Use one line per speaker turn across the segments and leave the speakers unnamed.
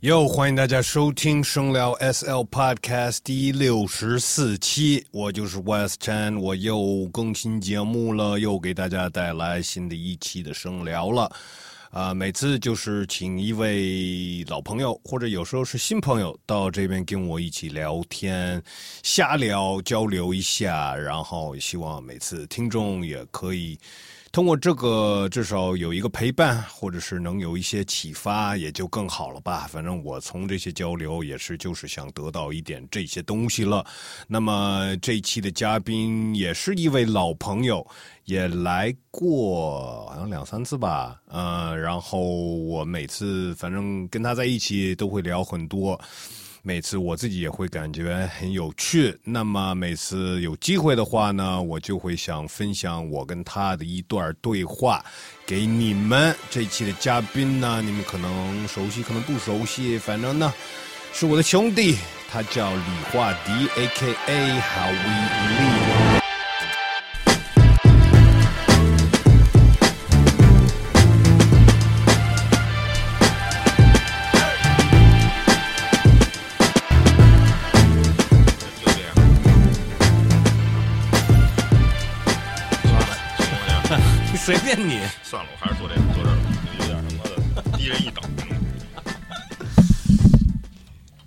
哟，欢迎大家收听声聊 SL Podcast 第六十四期，我就是 West Chan，我又更新节目了，又给大家带来新的一期的声聊了。啊、每次就是请一位老朋友，或者有时候是新朋友到这边跟我一起聊天、瞎聊、交流一下，然后希望每次听众也可以通过这个至少有一个陪伴，或者是能有一些启发，也就更好了吧。反正我从这些交流也是就是想得到一点这些东西了。那么这一期的嘉宾也是一位老朋友，也来过好像两三次吧，呃，然后我每次反正跟他在一起都会聊很多。每次我自己也会感觉很有趣。那么每次有机会的话呢，我就会想分享我跟他的一段对话给你们。这期的嘉宾呢，你们可能熟悉，可能不熟悉，反正呢是我的兄弟，他叫李化迪，A.K.A. Howie Lee。随便你，
算了，我还是做这个，做这儿吧，有点他妈的低人一等。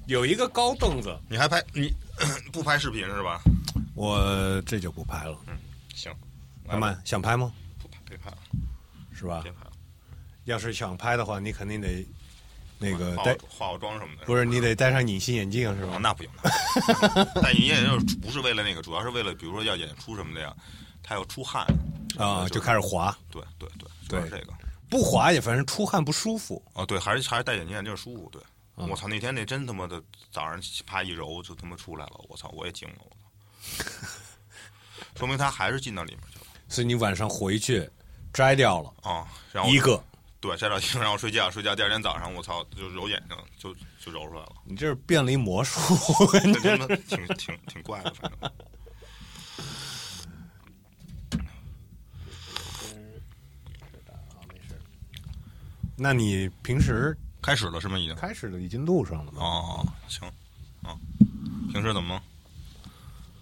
有一个高凳子，
你还拍你不拍视频是吧？
我这就不拍了。
行，
干嘛想拍吗？
不拍，别拍了，
是吧
别？拍了，
要是想拍的话，你肯定得那个
化
戴，
化个妆什么的。
不是你得戴上隐形眼镜是
哦，
吧？
那不行，那不行但你也就是不是为了那个，主要是为了比如说要演出什么的呀，他要出汗
啊，就开
始
始滑，
对对对，主
对
要是这个
不滑也反正出汗不舒服。
哦，对，还是还是戴眼镜眼镜舒服。对，我操，那天那真他妈的早上啪一揉就他妈出来了，我操，我也惊了，我操，说明他还是进到里面去了
所以你晚上回去摘掉了
啊。然后我
一个，
对，摘到衣服，然后睡觉，睡觉。第二天早上，我操，就揉眼睛，就就揉出来 了，
你这是变了一魔术。
这他妈挺挺挺怪的，反正。
那你平时
开始了是吗？已经
开始了已经录上了吗？
哦，行，啊，平时怎么了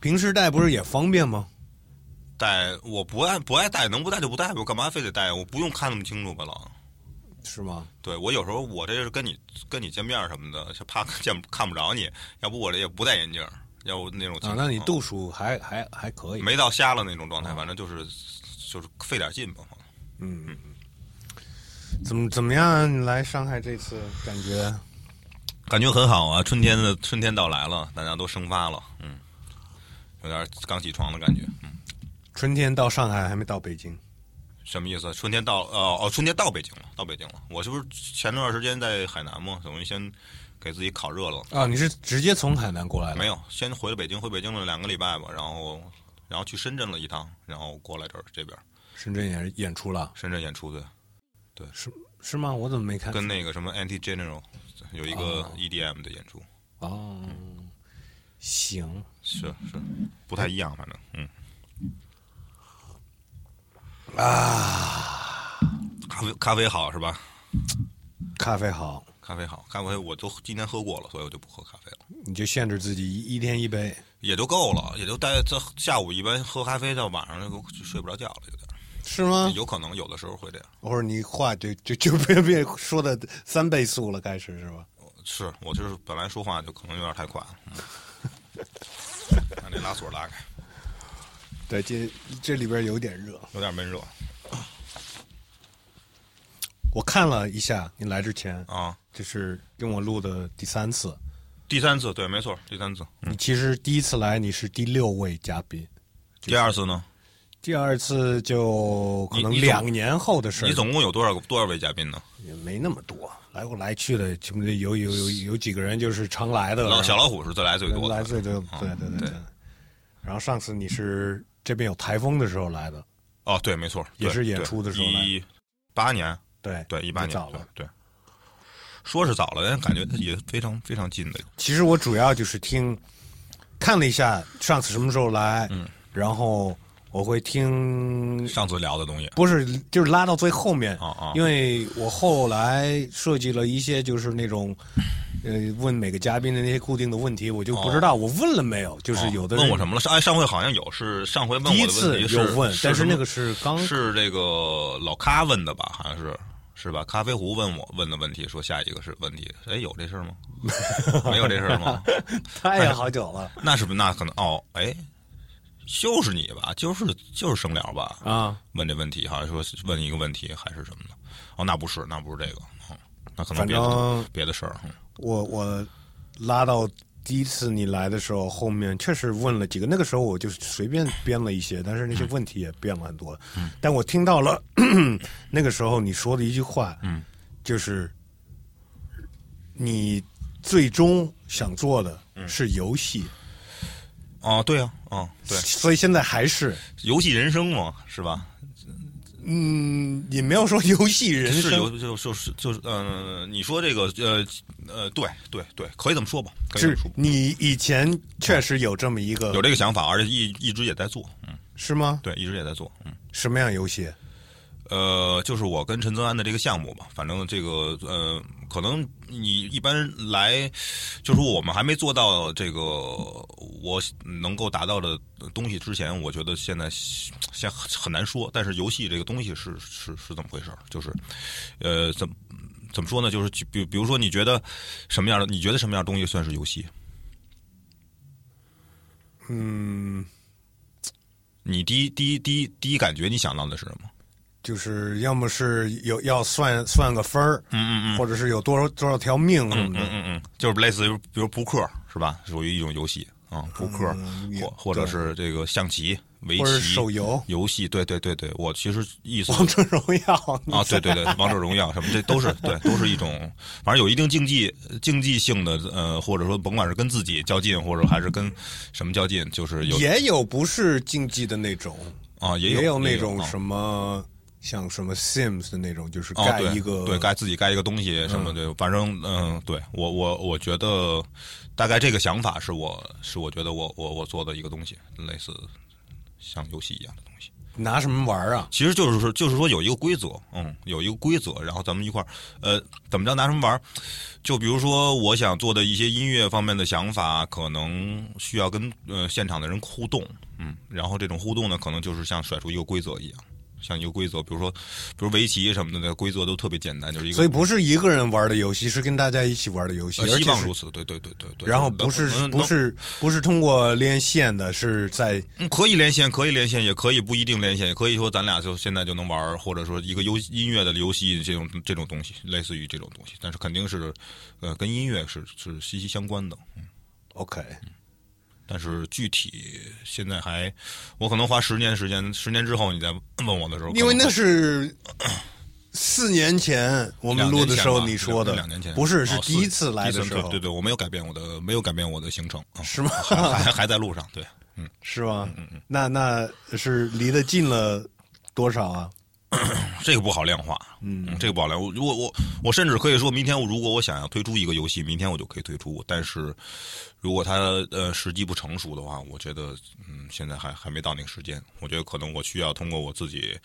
平时戴不是也方便吗？
戴？我不爱不爱戴，能不戴就不戴呗，我干嘛非得戴？我不用看那么清楚吧，老。
是吗？
对我有时候我这是跟你跟你见面什么的，是怕见看不着你，要不我这也不戴眼镜，要不那种情
啊，
况。
那你
嗯
度数还还还可以。
没到瞎了那种状态，反正就是就是费点劲吧。
嗯怎么怎么样？你来上海这次感觉？
感觉很好啊，春天的春天到来了，大家都生发了，嗯，有点刚起床的感觉，嗯，
春天到上海还没到北京，
什么意思？春天到哦哦，春天到北京了，到北京了。我这不是前段时间在海南嘛，等于先给自己烤热了，
啊，你是直接从海南过来的？
没有，先回了北京，回北京了两个礼拜吧，然后然后去深圳了一趟，然后过来这儿这边
深圳演演出了，
深圳演出的，
是是吗？我怎么没看？
跟那个什么 Anti General 有一个
哦
EDM 的演出，
哦，行，
是是不太一样，反正嗯啊，咖啡咖啡好是吧？
咖啡好，
咖啡好，咖啡我都今天喝过了，所以我就不喝咖啡了，
你就限制自己一一天一杯。
也就够了，也就待这下午一般喝咖啡到晚上就就睡不着觉了，有点儿，
是吗？
有可能有的时候会这样。
或者你话就就就别别说的三倍速了，开始是吧？
是我就是本来说话就可能有点太快了，嗯把那拉锁拉开，
对，这这里边有点热。
有点闷热
我看了一下你来之前，
啊。
就是跟我录的第三次。
第三次，对，没错，第三次。
你其实第一次来你是第六位嘉宾，
第二次呢？
第二次就可能
你你总
两年后的事儿
你，总共有多少个多少位嘉宾呢？
也没那么多，来过来去的，就有有有有几个人就是常来的，
老
然
小
后
老虎是最来最多的，嗯
来最多，对对对对。然后上次你是这边有台风的时候来的，
哦，对，没错，
也
对
是演
对
出的时候来
一八年，
对
对，一八
就
年
早，
对
了。
对。说是早了，但感觉也非常非常近的。
其实我主要就是听，看了一下上次什么时候来，
嗯
然后我会听，
上次聊的东西，
不是就是拉到最后面，
啊啊
因为我后来设计了一些就是那种呃，问每个嘉宾的那些固定的问题，我就不知道我问了没有。就是有的人
哦啊问 我什么了？上哎，上回好像有是上回问
第一
我的问
次
题
有
是
问，但
是
是那个是刚
是这个老咖问的吧？好像是是吧？咖啡壶问我问的问题，说下一个是问题。哎，有这事儿吗？没有这事儿吗？
太哎好久了
那是不是那可能哦？哎，就是你吧？就是就是生聊吧？
啊。
问这问题，好像说是问一个问题还是什么的？哦，那不是，那不是这个，嗯，那可能
反
别的
正
别的事儿。嗯
我我拉到第一次你来的时候，后面确实问了几个，那个时候我就是随便编了一些，但是那
嗯
些问题也变了很多。但我听到了那个时候你说的一句话，
嗯，
就是你最终想做的
嗯
是游戏，
哦，对啊，嗯， 对，
所以现在还是
游戏人生嘛，是吧？
嗯，也没有说游戏人
是游
生。
就就是就是嗯、呃，你说这个呃呃，对对对，可以这么说吧，可以这么
是
说吧，
你以前确实有这么一个
有这个想法，而且一一直也在做，嗯，
是吗？
对，一直也在做，嗯。
什么样游戏？
呃，就是我跟陈泽安的这个项目吧，反正这个呃，可能你一般来，就是我们还没做到这个我能够达到的东西之前，我觉得现在现很很难说。但是游戏这个东西是是是怎么回事儿？就是呃，怎么怎么说呢？就是比比如说，你觉得什么样的？你觉得什么样的东西算是游戏？
嗯，
你第一第一第一第一感觉你想到的是什么？
就是要么是有要算算个分儿，
嗯嗯嗯
或者是有多少多少条命什么
嗯
的，
嗯嗯，就是类似于比如扑克是吧？属于一种游戏啊、扑克
嗯也
或或者是这个象棋、围
或者
棋、
是手游、
游戏，对对对对，我其实 意 思
王者荣耀
啊，对对对，王者荣耀什么，这都是对，都是一种，反正有一定竞技竞技性的，呃，或者说甭管是跟自己较劲，或者还是跟什么较劲，就是有
也有不是竞技的那种，
啊，也
也
有
那
也
种
啊
什么像什么 Sims 的那种，就是
哦，
盖
对
一个
对盖自己盖一个东西什么的，反正嗯，对我我我觉得大概这个想法是我是我觉得我我我做的一个东西，类似像游戏一样的东西。
拿什么玩儿啊？
其实就是说，就是说有一个规则，嗯，有一个规则，然后咱们一块儿，呃，怎么着拿什么玩儿？就比如说，我想做的一些音乐方面的想法，可能需要跟呃现场的人互动，嗯，然后这种互动呢，可能就是像甩出一个规则一样，像一个规则，比如说，比如围棋什么的，那规则都特别简单，就是一个。
所以不是一个人玩的游戏，是跟大家一起玩的游戏，
呃
而
希
且
望
是
如此，对对对对对。
然后不是
能能
不是不是通过连线的，是在
嗯，可以连线，可以连线，也可以不一定连线，也可以说咱俩就现在就能玩儿，或者说一个游戏音乐的游戏这种这种东西，类似于这种东西，但是肯定是，呃，跟音乐是是息息相关的。
OK，
但是具体现在还，我可能花十年时间，十年之后你再问我的时候，
因为
可能
那是四年前我们录的时候你说的，
两年前
不是是
哦
第一次来
第
的
一
时候，
对对对，我没有改变我的没有改变我的行程，啊，
是吗？
还还在路上，对。
是吗？
嗯
那那是离得近了多少啊？
这个不好量化，嗯，这个不好量化。我如果我我甚至可以说，明天我如果我想要推出一个游戏，明天我就可以推出。但是如果它呃时机不成熟的话，我觉得嗯现在还还没到那个时间。我觉得可能我需要通过我自己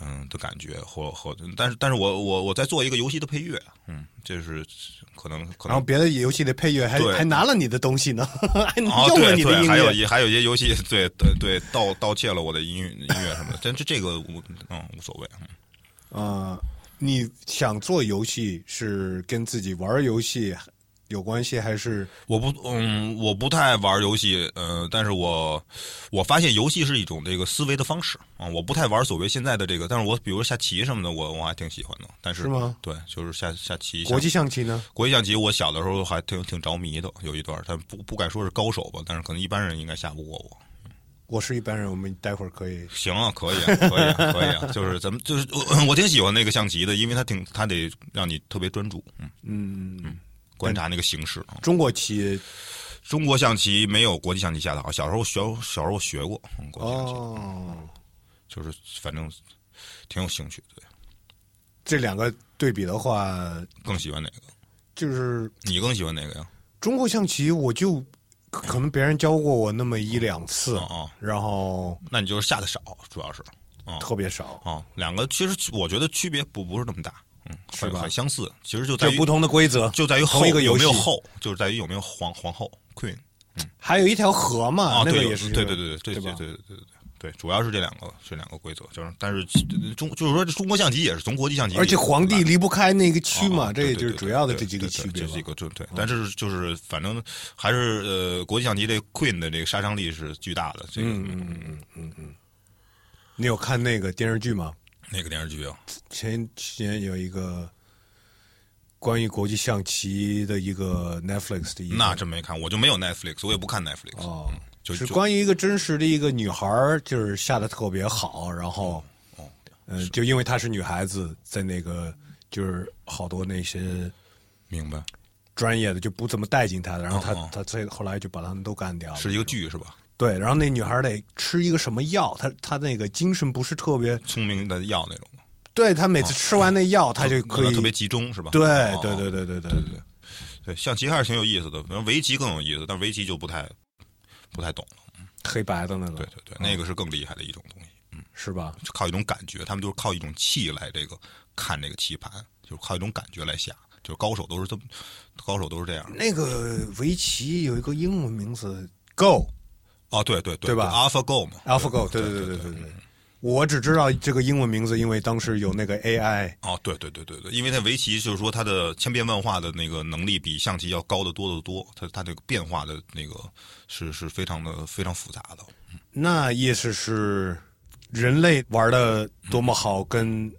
嗯的感觉或或，但是但是我我我在做一个游戏的配乐，嗯，这是可能可
然后
能。
别的游戏的配乐还
对
还拿了你的东西呢，还
哦，
用了
对
你的
对，
音
还有
乐。
一还有一些游戏，对对对，盗盗窃了我的音乐音乐什么的，但这这个无嗯无所谓，嗯
啊、你想做游戏是跟自己玩游戏有关系，还是
我不，嗯，我不太玩游戏，呃，但是我我发现游戏是一种这个思维的方式啊、我不太玩所谓现在的这个，但是我比如下棋什么的，我我还挺喜欢的。但是
是吗？
对，就是下下棋，
国
下
际象棋呢？
国际象棋，我小的时候还挺挺着迷的，有一段，但不不敢说是高手吧，但是可能一般人应该下不过我。
我是一般人，我们待会儿可以。
行啊，可以啊，可以啊，可以啊，就是咱们就是我我挺喜欢那个象棋的，因为它挺它得让你特别专注，嗯
嗯，
观察那个形势啊。
中国棋
中国象棋没有国际象棋下的好，小时候学小时候学过，嗯，国际象棋。
哦，
就是反正挺有兴趣，对，
这两个对比的话，
更喜欢哪个？
就是
你更喜欢哪个呀？
中国象棋，我就可可能别人教过我那么一两次，
啊、啊，
然后
那你就是下的少，主要是
特别少。
啊，两个其实我觉得区别不不是那么大，嗯，
是吧
很很相似，其实就在
就
于
不同的规则，
就在于后
同一个游
有
戏
没有后，就是在于有没有皇皇后 queen
还有一条河嘛，
啊，
那个
对，有
也是
对对对
对
对对对
吧
对对对对。对，主要是这两个这两个规则，就是但是中就是说中国象棋也是从国际象棋里来
而
的，
且皇帝离不开那个区嘛，
啊
这也就是主要的这
对对
几个区别嗯
对对对
吧
这几个就对，但是就是反正还是呃，国际象棋这 Queen 的这个杀伤力是巨大的。这个、
嗯你有看那个电视剧吗？
那个电视剧啊，
前几年有一个关于国际象棋的一个 Netflix 的一个，
那真没看，我就没有 Netflix，我也不看 Netflix，、
嗯
嗯
哦，
就是就
关于一个真实的一个女孩儿，就是下的特别好，然后，
哦
嗯、就因为她是女孩子，在那个就是好多那些
明白，
专业的就不怎么待见她的，然后她
哦哦
她最后来就把他们都干掉了。
是一个剧是吧？
对，然后那女孩儿得吃一个什么药，她她那个精神不是特别，
聪明的药那种，
对她每次吃完那药，她就可以
特别集中是吧？
对
哦
对对对对对对。
对，象棋还是挺有意思的，反正围棋更有意思，但围棋就不太不太懂了。
黑白的那
对
个，
对对，那个是更厉害的一种东西。
是吧？
就靠一种感觉，他们就是靠一种气来这个看这个棋盘，就是靠一种感觉来下，就是高手都是这么，高手都是这样的。
那个围棋有一个英文名字 Go
哦，对对对，
对吧啊
？AlphaGo 嘛
AlphaGo，对对对对对对，我只知道这个英文名字，因为当时有那个 AI，
哦，对对对对对，因为它围棋就是说它的千变万化的那个能力比象棋要高得多得多，它它这个变化的那个是是非常的非常复杂的。
那意思是人类玩的多么好，跟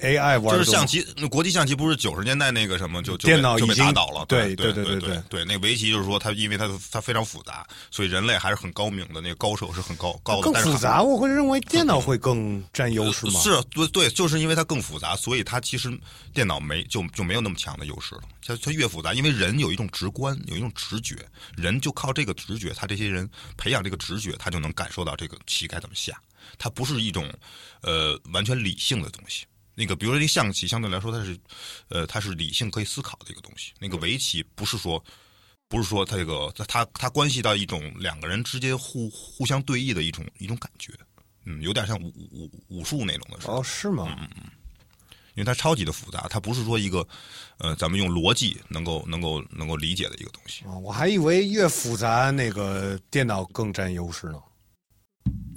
AI 玩
就
的
是象棋，那国际象棋不是九十年代那个什么就就被
电脑
就
已
被
经
打倒了，
对
对
对对
对
对
对。那围棋就是说它因为它它非常复杂，所以人类还是很高明的，那个高手是很高高的，
更
但是
复
还
杂，我会认为电脑会更占优势吗？
是对对，就是因为它更复杂，所以它其实电脑没就就没有那么强的优势了。它它越复杂，因为人有一种直观，有一种直觉，人就靠这个直觉，他这些人培养这个直觉，他就能感受到这个棋该怎么下。它不是一种呃完全理性的东西。那个，比如说这个象棋，相对来说它是，呃，它是理性可以思考的一个东西。那个围棋不是说不是说它这个它它它关系到一种两个人之间互互相对弈的一种一种感觉，嗯，有点像武武武武术那种的事，
哦，是吗？
嗯因为它超级的复杂，它不是说一个呃咱们用逻辑能够能够能够理解的一个东西。
啊我还以为越复杂那个电脑更占优势呢，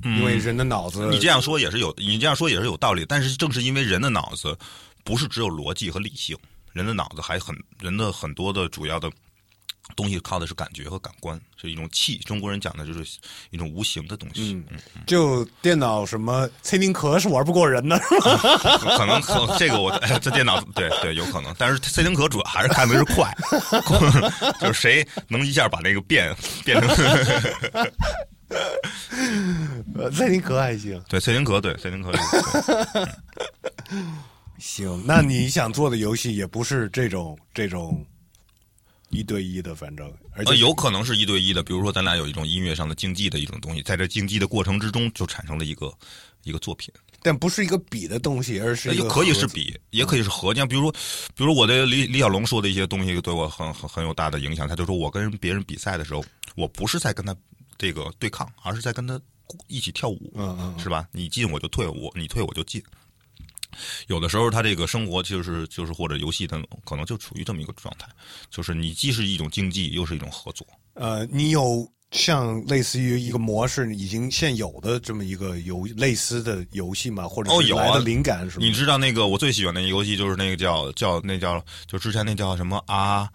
嗯
因为呃人的脑子
你这样说也是有，你这样说也是有道理，但是正是因为人的脑子不是只有逻辑和理性，人的脑子还很人的很多的主要的。东西靠的是感觉和感官，是一种气。中国人讲的就是一种无形的东西。嗯，
就电脑什么崔林壳是玩不过人的，
可能可这个我、 哎、这电脑对对有可能，但是赛林格主要啊还是看的是快， 就是谁能一下把那个变变成
崔林壳还行。
对赛林格对赛林格对
行，那你想做的游戏也不是这种这种一对一的，反正而且、
呃有可能是一对一的，比如说咱俩有一种音乐上的竞技的一种东西，在这竞技的过程之中就产生了一个一个作品，
但不是一个比的东西，而是
那
一
呃就
个
可以
盒
是
子
比，也可以是合。你像比如说，比如说我的李李小龙说的一些东西对我很很很有大的影响，他就说我跟别人比赛的时候，我不是在跟他这个对抗，而是在跟他一起跳舞。
嗯嗯，
是吧？你进我就退，我你退我就进。有的时候，他这个生活就是就是或者游戏，它可能就处于这么一个状态，就是你既是一种竞技，又是一种合作。
呃，你有像类似于一个模式已经现有的这么一个游类似的游戏吗？或者
哦
是
有啊
来的灵感是吗？
你知道那个我最喜欢的一个游戏就是那个叫叫那叫就之前那叫什么啊，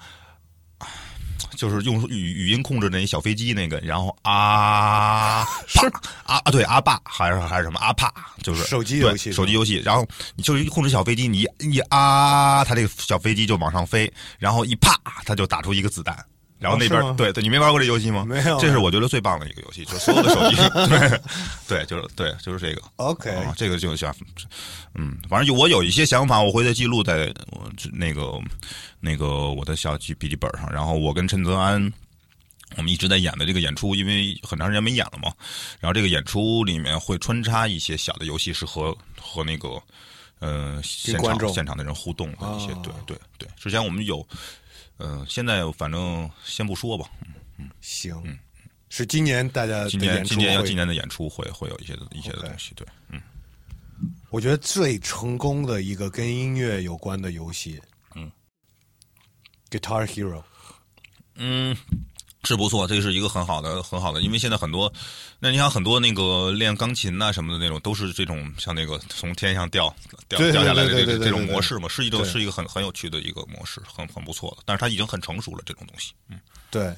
就是用语语音控制那一小飞机那个，然后啊啪啊啊对阿爸还是还是什么阿帕，就是
手机游戏
对
是吧
手机游戏，然后你就是控制小飞机，你一啊，它这个小飞机就往上飞，然后一啪，它就打出一个子弹。然后那边、
哦是吗
对对，你没玩过这游戏吗？
没有啊
这是我觉得最棒的一个游戏，就是所有的手 机，对对，就是对，就是这个。
OK，、
啊，这个就想，嗯，反正就我有一些想法，我会再记录在我那个那个我的小记笔记本上。然后我跟陈泽安，我们一直在演的这个演出，因为很长时间没演了嘛。然后这个演出里面会穿插一些小的游戏，是和和那个呃现
观
场
众
现场的人互动的一些。
哦
对对对，之前我们有，呃，现在反正先不说吧。
行，是今年大家的
嗯今年
呃演出
今年要
会
今年的演出会会有一些一些的
，OK
东西，对，嗯。
我觉得最成功的一个跟音乐有关的游戏，
嗯
，Guitar Hero，
嗯，是不错，这是一个很好的、很好的，因为现在很多，那你想很多那个练钢琴呐、什么的那种，都是这种像那个从天上掉掉
对对
掉下来的
对对
这
对
个
对
这种
对
模式嘛，是一种
对
是一个很很有趣的一个模式，很很不错的，但是它已经很成熟了这种东西。嗯，
对，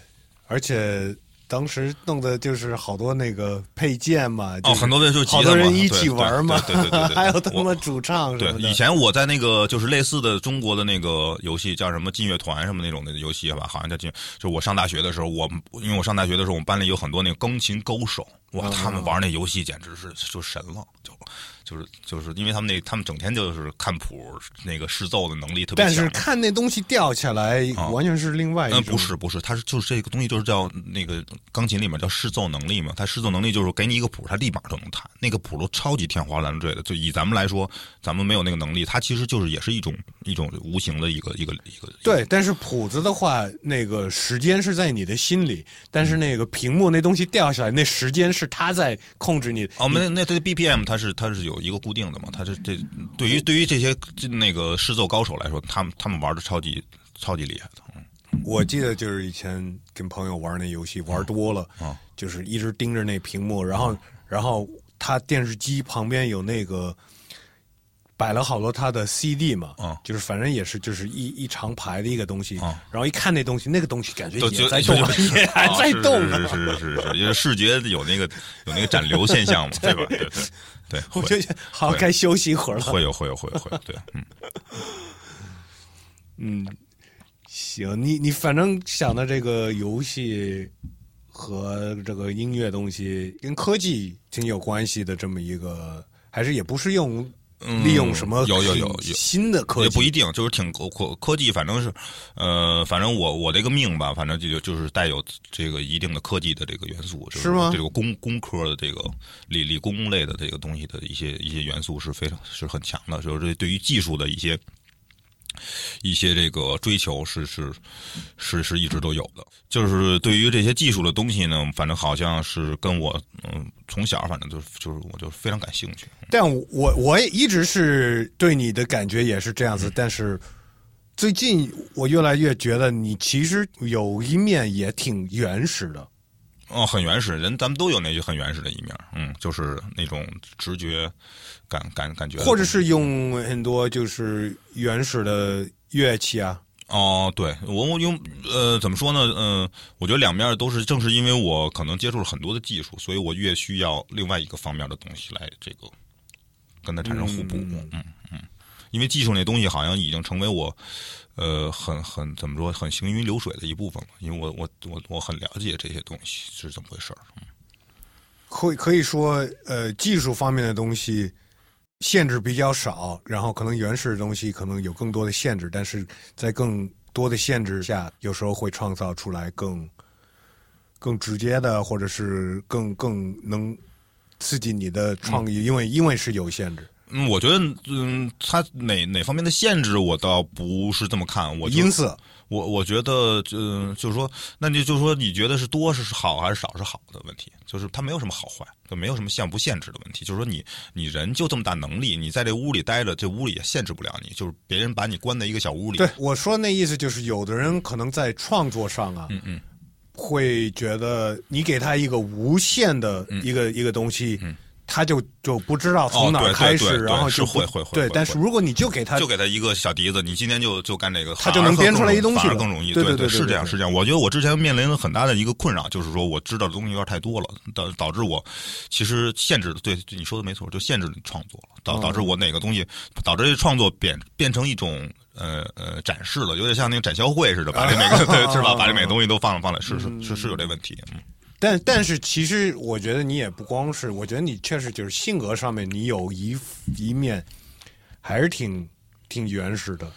而且当时弄的就是好多那个配件嘛，就
哦，
是
很多人就急
好
了
多
嘛
人一
对
起
对
玩嘛，
对对对对 对，
还有他
我
妈主唱什
对
么，的
以，前我在那个就是类似的中国的那个游戏叫什么劲乐团什么那种的游戏吧，好像叫劲。就我上大学的时候，我们因为我上大学的时候，我们班里有很多那个钢琴高手，哇，他们玩那游戏简直是就神了，就就是就是因为他们那他们整天就是看谱，那个试奏的能力特别
但
强
是。看那东西掉下来，完全是另外一种，
嗯，不是不是，它是就是这个东西就是叫那个钢琴里面叫试奏能力嘛，它试奏能力就是给你一个谱，它立马就能弹，那个谱都超级天花乱坠的。就以咱们来说，咱们没有那个能力，它其实就是也是一种一种无形的一个一个一个。
对，但是谱子的话，那个时间是在你的心里，但
嗯
是那个屏幕那东西掉下来，那时间是它在控制你。
哦，那那它的 BPM 它是它是有一个固定的嘛，它是这对于对于这些这那个试奏高手来说，他们他们玩的超级超级厉害的。嗯
我记得就是以前跟朋友玩那游戏，玩多了，
啊
就是一直盯着那屏幕，然后然后他电视机旁边有那个。摆了好多他的 CD 嘛，
嗯
就是反正也是就是一一长排的一个东西，
嗯
然后一看那东西，那个东西感觉
都
也
就
在动啊
就， 啊
也还在动啊呢。
是是是是是是，因为视觉有那个 有那个展流现象嘛，对吧？对对对，
我
会
就想，好，
会
该休息一会儿了。
会有会有会有会有，对，嗯，
行，你你反正想的这个游戏和这个音乐东西跟科技挺有关系的，这么一个还是也不是用、
嗯
利用什么
有有有
很
有
新的 科
也
技，
不一定，就是挺科科科技，反正是，呃，反正我我这个命吧，反正就就是带有这个一定的科技的这个元素，就是
吗
这个工工科的这个理理工类的这个东西的一些一些元素是非常是很强的，就是对于技术的一些一些这个追求是是是是一直都有的。就是对于这些技术的东西呢，反正好像是跟我嗯从小反正就是就是我就非常感兴趣。
但我我也一直是对你的感觉也是这
嗯
样子，但是最近我越来越觉得你其实有一面也挺原始的，
哦，很原始，人咱们都有那些很原始的一面儿，嗯，就是那种直觉感感感觉，
或者是用很多就是原始的乐器啊，
哦，对我我用呃怎么说呢？嗯、我觉得两面儿都是，正是因为我可能接触了很多的技术，所以我越需要另外一个方面的东西来这个跟它产生互补，嗯嗯，因为技术那东西好像已经成为我呃很很怎么说很行云流水的一部分了，因为我我我我很了解这些东西是怎么回事儿，
可以可以说，呃，技术方面的东西限制比较少，然后可能原始的东西可能有更多的限制，但是在更多的限制下，有时候会创造出来更更直接的，或者是更更能刺激你的创意，因为因为是有限制，
嗯，我觉得，嗯，它哪哪方面的限制，我倒不是这么看。我就
音色
我我觉得，嗯、就是说，那你就说，你觉得是多是好还是少是好的问题，就是它没有什么好坏，就没有什么限不限制的问题。就是说你，你人就这么大能力，你在这屋里待着，这屋里也限制不了你，就是别人把你关在一个小屋里，
对，我说那意思就是，有的人可能在创作上啊，嗯嗯，会觉得你给他一个无限的
嗯
一个、一个东西，他就就不知道从哪
哦
儿
对
开始，
对对
然后
是
就不
会会会
对
会。
但是如果你就给他
就给他一个小笛子，你今天就就干这个，
他就能编出来一东西
反而
了
更容易。
对
对
对对对
是这样，
对
是这样。我觉得我之前面临了很大的一个困扰，就是说我知道的东西有点太多了，导导致我其实限制，对你说的没错，就限制你创作了，
哦
导导致我哪个东西，导致这创作变变成一种。呃呃，展示了，有点像那个展销会似的，把这每个 对是吧？把这每个东西都放了放了，是是是是有这问题，嗯。
但但是其实我觉得你也不光是，我觉得你确实就是性格上面你有一一面还是挺挺原始的，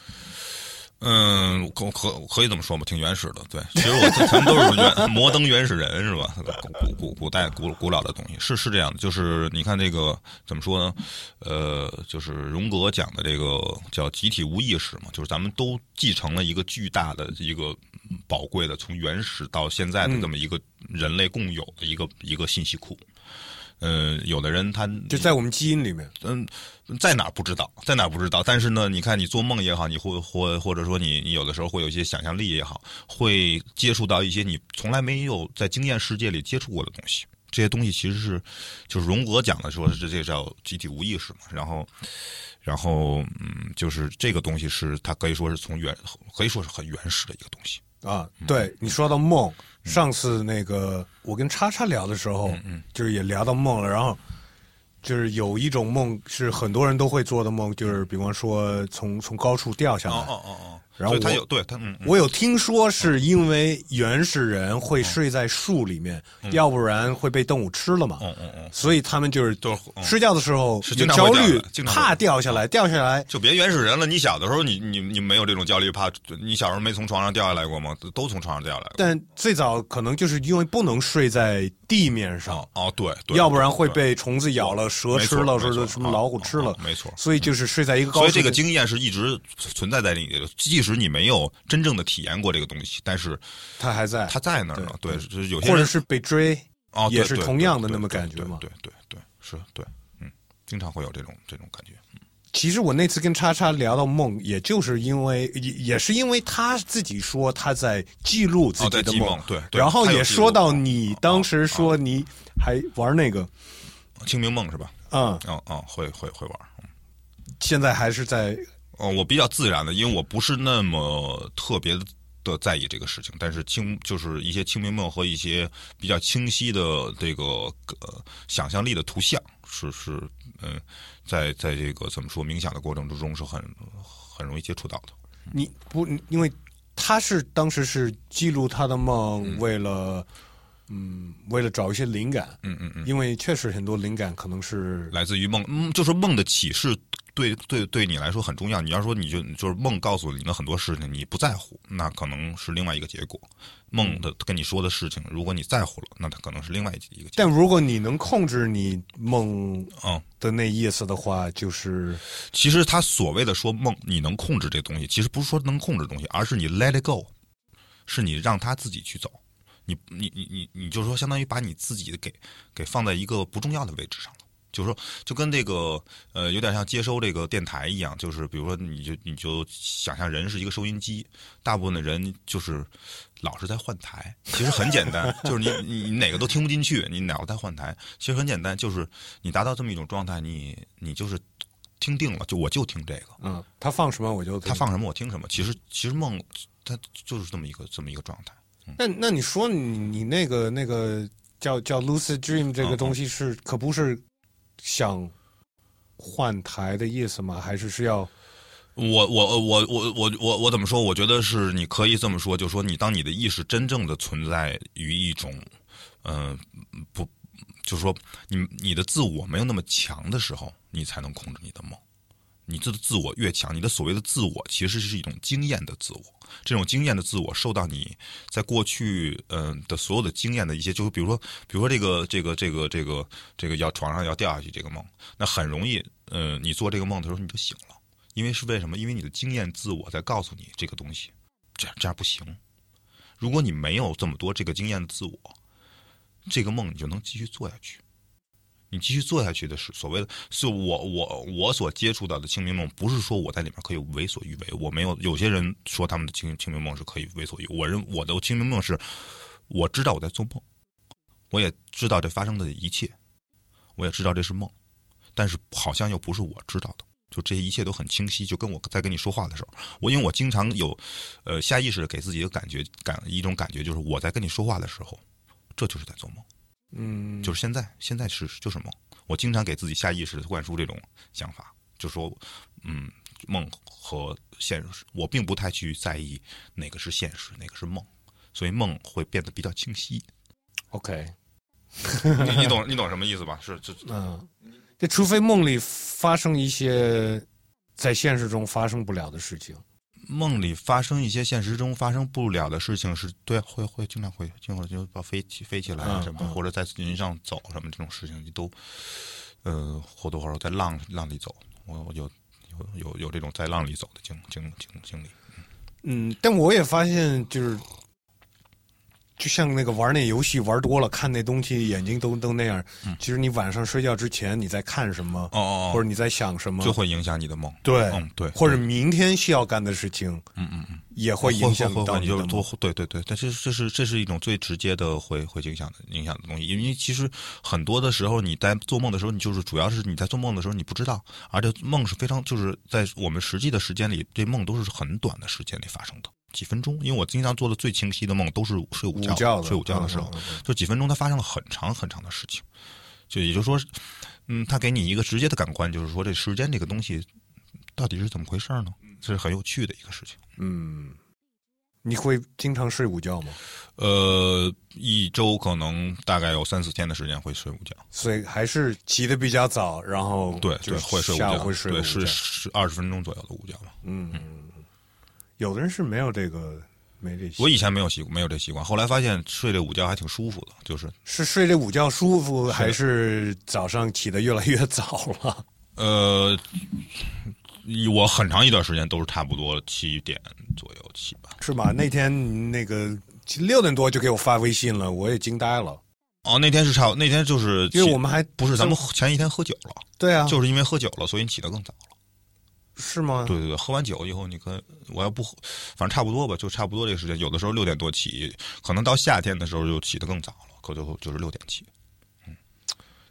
嗯，可可可以这么说吧，挺原始的。对，其实我咱们都是原 摩登原始人是吧？古古古古代古古老的东西是是这样的，就是你看这个怎么说呢？呃，就是荣格讲的这个叫集体无意识嘛，就是咱们都继承了一个巨大的一个嗯宝
嗯
贵的从原始到现在的这么一个人类共有的一个、一个信息库。呃，有的人他
就在我们基因里面。
嗯，在哪儿不知道，在哪儿不知道。但是呢，你看你做梦也好，你或或或者说你你有的时候会有一些想象力也好，会接触到一些你从来没有在经验世界里接触过的东西。这些东西其实是就是荣格讲的说，这这叫集体无意识嘛。然后，然后嗯，就是这个东西是它可以说是从原可以说是很原始的一个东西。
啊，
嗯
对你说到梦，上次那个我跟叉叉聊的时候，
嗯
就是也聊到梦了，然后就是有一种梦是很多人都会做的梦，就是比方说从从高处掉下来。
嗯哦哦哦，
然后
所以它
我
有对它嗯嗯
我有听说是因为原始人会睡在树里面，要不然会被动物吃了嘛，
嗯嗯嗯，
所以他们就是
就是嗯
睡觉的时候
是
有
经常
焦
会掉
虑
下来，经常会嗯
怕掉下来，掉下来
就别原始人了。你小的时候你，你你没有这种焦虑怕？你小时候没从床上掉下来过吗？都从床上掉下来过。
但最早可能就是因为不能睡在地面上，
哦哦，对，对
要不然会
对
被虫子咬了、蛇
没
吃
错
了，或
没错
者什么
啊
老虎吃了
啊，没错
所以就是睡在一个高
所
处，
以这个经验是一直存在在你的，即使你没有真正的体验过这个东西，但是
它还在，
它在那儿呢。对，就是有些
或者
人
是被追，
哦，对
也是
对
同
对
样的
对
那么
对
感
对
觉嘛。
对对对，是对，嗯，经常会有这种这种感觉。
其实我那次跟叉叉聊到梦，也就是因为也也是因为他自己说他在记录自
哦
己
在
的
记梦对对
然后
他有
也
记
说
录
到
哦
你
哦
当
哦
时说你还玩那个，
清明梦是吧？
嗯，
哦哦，会会会玩。嗯
现在还是在
哦，我比较自然的，因为我不是那么特别的在意这个事情，但是清就是一些清明梦和一些比较清晰的这个呃想象力的图像，是是嗯、在在这个怎么说冥想的过程之中是很很容易接触到的。
你不，你因为他是当时是记录他的梦，为了嗯，为了找一些灵感，嗯嗯嗯，因为确实很多灵感可能是
来自于梦，嗯，就是梦的启示对对对你来说很重要。你要说你就就是梦告诉你的很多事情，你不在乎，那可能是另外一个结果。梦的跟你说的事情，如果你在乎了，那它可能是另外一一个结果。
但如果你能控制你梦
嗯，
的那意思的话，就是
其实他所谓的说梦，你能控制这东西，其实不是说能控制东西，而是你 let it go，是你让他自己去走。你你你你你就是说，相当于把你自己给给放在一个不重要的位置上了。就是说，就跟这个呃，有点像接收这个电台一样，就是比如说，你就你就想象人是一个收音机，大部分的人就是老是在换台，其实很简单，就是你你你哪个都听不进去，你老在换台，其实很简单，就是你达到这么一种状态，你你就是听定了，就我就听这个，
嗯，他放什么我就
他。放什么我听什么。其实其实梦它就是这么一个这么一个状态。
那那你说你你那个那个叫叫 lucid dream
嗯
这个东西是可不是想换台的意思吗？还是是要
我我我我我我我怎么说？我觉得是你可以这么说，就说你当你的意识真正的存在于一种，嗯、不，就是说你你的自我没有那么强的时候，你才能控制你的梦。你这个自我越强，你的所谓的自我其实是一种经验的自我。这种经验的自我受到你在过去嗯、的所有的经验的一些，就是比如说，比如说这个这个这个这个这个要床上要掉下去这个梦，那很容易，嗯、你做这个梦的时候你就醒了。因为是为什么？因为你的经验自我在告诉你这个东西，这样这样不行。如果你没有这么多这个经验的自我，这个梦你就能继续做下去。你继续做下去的是所谓的，是我我我所接触到的清明梦，不是说我在里面可以为所欲为。我没有有些人说他们的清清明梦是可以为所欲，我认我的清明梦是，我知道我在做梦，我也知道这发生的一切，我也知道这是梦，但是好像又不是我知道的。就这一切都很清晰，就跟我在跟你说话的时候，我因为我经常有，呃，下意识的给自己的感觉感一种感觉，就是我在跟你说话的时候，这就是在做梦，
嗯
就是现在，现在是就是梦。我经常给自己下意识的灌输这种想法，就说，嗯，梦和现实，我并不太去在意哪个是现实，哪个是梦，所以梦会变得比较清晰。
OK？
你你懂你懂什么意思吧？是这
嗯，这除非梦里发生一些在现实中发生不了的事情。
梦里发生一些现实中发生不了的事情是，对，会会经常会，经常就把飞起飞起来啊
嗯
什么，
嗯
或者在云上走什么这种事情，你都，呃，或多或少在浪浪里走，我我有有有有这种在浪里走的经经经经历。
嗯，但我也发现，就是就像那个玩那游戏玩多了，看那东西眼睛都都那样。其实你晚上睡觉之前你在看什么，
哦哦哦
或者你在想什么，
就会影响你的梦。
对，
嗯对，
或者明天需要干的事情，嗯嗯嗯，也会
会
影响
会
到
会，你
的
就
梦
多对对对，但是这是这是一种最直接的会会影响的影响的东西，因为其实很多的时候你在做梦的时候，你就是主要是你在做梦的时候你不知道，而且梦是非常就是在我们实际的时间里，这梦都是很短的时间里发生的。几分钟，因为我经常做的最清晰的梦都是睡午觉，
午觉的
睡午觉的时候，
嗯嗯
就几分钟，它发生了很长很长的事情。就也就是说，嗯，它给你一个直接的感官，就是说这时间这个东西到底是怎么回事儿呢？这是很有趣的一个事情。
嗯，你会经常睡午觉吗？
呃，一周可能大概有三四天的时间会睡午觉，
所以还是起得比较早，然后
对
就
对，会睡午
下午
觉，
会睡午
对
觉嗯
是。是二十分钟左右的午觉吧。
有的人是没有这个，没这习
我以前没有习没有这习惯，后来发现睡这午觉还挺舒服的，就是
是睡这午觉舒服，还是早上起得越来越早了？
呃，我很长一段时间都是差不多七点左右起吧。
是吧？那天那个六点多就给我发微信了，我也惊呆了，
哦，那天是差，那天就是
因为
起
我们还
不是咱们喝前一天喝酒了，
对啊，
就是因为喝酒了，所以你起得更早了。
是吗？
对对对，喝完酒以后，你跟我要不喝，反正差不多吧，就差不多这个时间。有的时候六点多起，可能到夏天的时候就起得更早了，可就就是六点起。嗯，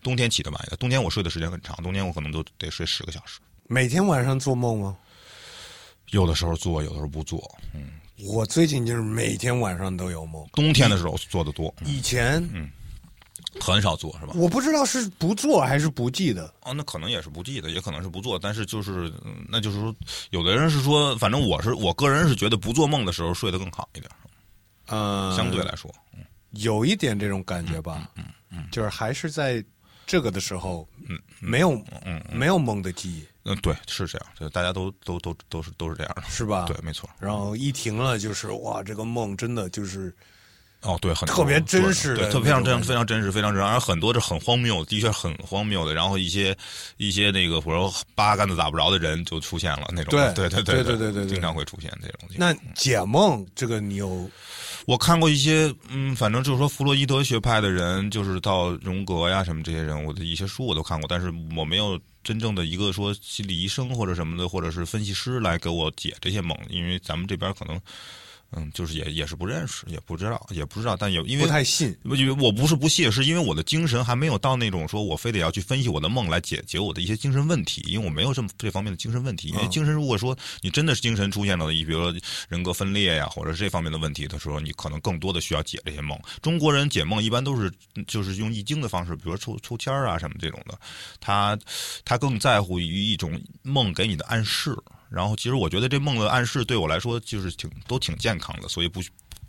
冬天起得晚一点，冬天我睡的时间很长，冬天我可能都得睡十个小时，
每天晚上做梦吗？
有的时候做，有的时候不做。嗯，
我最近就是每天晚上都有梦，
冬天的时候做的多，
以前
嗯很少做是吧？
我不知道是不做还是不记得，
哦，那可能也是不记得，也可能是不做，但是就是，嗯那就是说，有的人是说，反正我是我个人是觉得不做梦的时候睡得更好一点，
呃，
相对来说，
有一点这种感觉吧，嗯嗯，就是还是在这个的时候，嗯，没有，嗯，没有梦的记忆，
嗯，对，是这样，对，大家都都都都是都是这样的，
是吧？
对，。没错。
然后一停了，就是哇，这个梦真的就是
哦，对，很
特别真实的
对，对
那
特非常
种感
真，
觉
非常真实，非常真实。而很多是很荒谬，的确很荒谬的。然后一些一些那个，比如说八竿子打不着的人就出现了那种。
对
对对
对
对
对对对对
经常会出现这种情况。
那解梦这个你有
我看过一些，嗯，反正就是说弗洛伊德学派的人，就是到荣格呀什么这些人，我的一些书我都看过，但是我没有真正的一个说心理医生或者什么的，或者是分析师来给我解这些梦，因为咱们这边可能，嗯，就是也也是不认识，也不知道，也不知道，但也因为
不太信，
我因为我不是不屑，是因为我的精神还没有到那种说我非得要去分析我的梦来解决我的一些精神问题，因为我没有这么这方面的精神问题。
嗯
因为精神如果说你真的是精神出现了，你比如说人格分裂呀，或者是这方面的问题的时候，你可能更多的需要解这些梦。中国人解梦一般都是就是用易经的方式，比如说抽抽签儿啊什么这种的，他他更在乎于一种梦给你的暗示。然后，其实我觉得这梦的暗示对我来说就是挺都挺健康的，所以不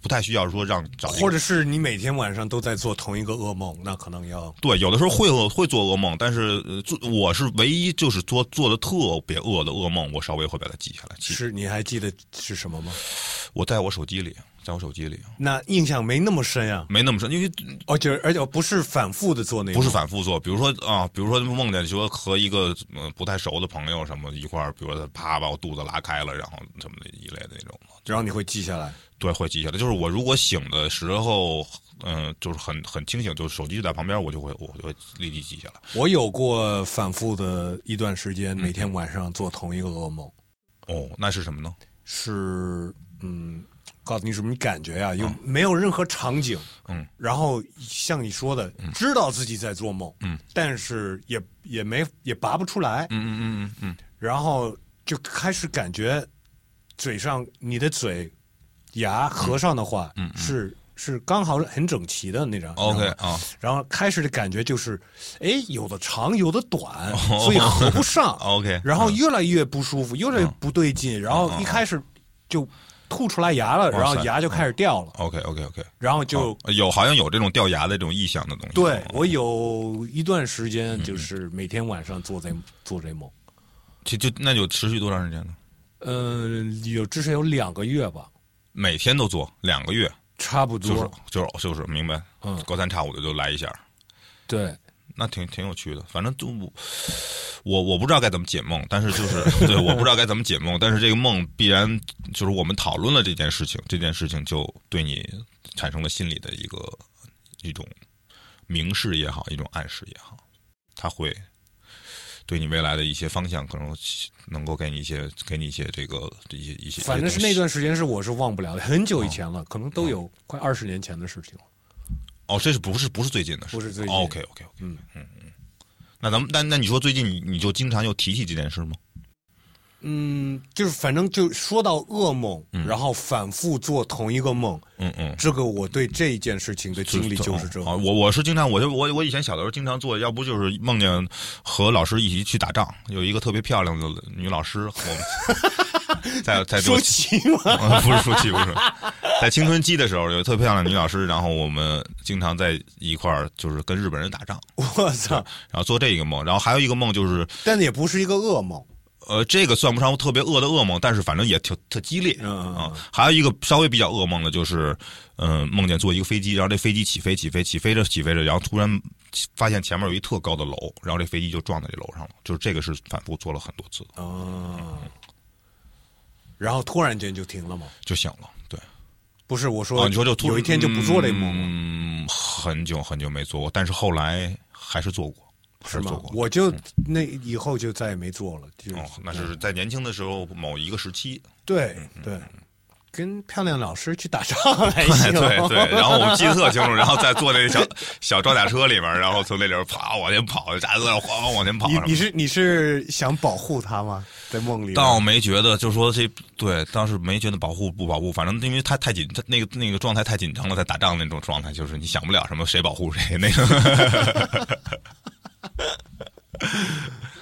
不太需要说让找一个
或者是你每天晚上都在做同一个噩梦，那可能要
对，有的时候会噩会做噩梦，但是呃做我是唯一就是做做的特别恶的噩梦，我稍微会把它记下来。记
是你还记得是什么吗？
我在我手机里，在我手机里
那印象没那么深啊，
没那么深，因为
而且而且不是反复的做那个，
不是反复做。比如说啊，比如说梦见说和一个呃不太熟的朋友什么一块儿，比如说他啪把我肚子拉开了，然后什么的一类的那种。
然后你会记下来。
对，会记下来。就是我如果醒的时候，嗯、就是很很清醒，就是手机就在旁边，我就会我就会立即记下来。
我有过反复的一段时间，每天晚上做同一个噩梦，
哦，那是什么呢？
是嗯，告诉你什么感觉呀、又没有任何场景，
嗯，
然后像你说的，知道自己在做梦，嗯，但是也也没也拔不出来，
嗯嗯嗯嗯嗯。
然后就开始感觉嘴上你的嘴牙合上的话，嗯，是是刚好很整齐的那张
OK
然后
啊
然后开始的感觉就是，哎，有的长，有的短，所以合不上。
哦 ，OK。嗯
然后越来越不舒服，越来越不对劲，然后一开始就吐出来牙了，
嗯塞
然后牙就开始掉了，
OK OK OK。
然后就、
哦有好像有这种掉牙的这种意向的东西。
对
哦
我有一段时间
嗯
就是每天晚上做这做这梦，
就就那就持续多长时间呢？
嗯、有至少有两个月吧，
每天都做两个月，
差不
就是
多，
就是就是明白，
嗯
隔三差五的就来一下。
对，
那挺挺有趣的，反正就我我不知道该怎么解梦，但是就是对，我不知道该怎么解梦，但是这个梦必然就是我们讨论了这件事情，这件事情就对你产生了心理的一个一种明示也好，一种暗示也好，它会对你未来的一些方向可能能够给你一些给你一些这个一些一些，
反正是
一
那
些东西
段时间是我是忘不了的，很久以前了，可能都有快二十年前的事情了。
哦，这是不是不是最近的事？
不是最近
OK OK OK，嗯嗯嗯。那咱们那那你说最近你你就经常又提起这件事吗？
嗯，就是反正就说到噩梦，然后反复做同一个梦，
嗯嗯。
这个我对这一件事情的经历就是这
啊， 我我是经常，我就我我以前小的时候经常做，要不就是梦见和老师一起去打仗，有一个特别漂亮的女老师，我们在在
舒淇吗？
啊， 不是舒淇，不是，在青春期的时候有特别漂亮的女老师，然后我们经常在一块儿就是跟日本人打仗，
我 操！
然后做这个梦，然后还有一个梦就是
但也不是一个噩梦，
呃，这个算不上特别恶的噩梦，但是反正也挺特激烈
嗯嗯嗯
啊。还有一个稍微比较噩梦的，就是嗯、梦见坐一个飞机，然后这飞机起飞、起飞、起飞着、起飞着，然后突然发现前面有一特高的楼，然后这飞机就撞在这楼上了。就是这个是反复做了很多次，
哦，然后突然间就停了吗？
就醒了。对，
不是，我说
啊，你说就突
有一天就不做这梦了，
嗯，很久很久没做过，但是后来还是做过，还
是
是做
吗？
过。嗯
我就那以后就再也没做了，就是
哦，嗯那是在年轻的时候某一个时期，
对对，跟漂亮老师去打仗 还
对
行，
对对，然后我们记得特清楚，然后再坐那小 小装甲车里面，然后从那里边啪往前跑，炸子弹哗哗往前跑
你
什么
你
的。
是你是想保护他吗？在梦里，
倒没觉得，就说这对，当时没觉得保护不保护，反正因为他太紧，他那个那个状态太紧张了，在打仗那种状态，就是你想不了什么谁保护谁那个。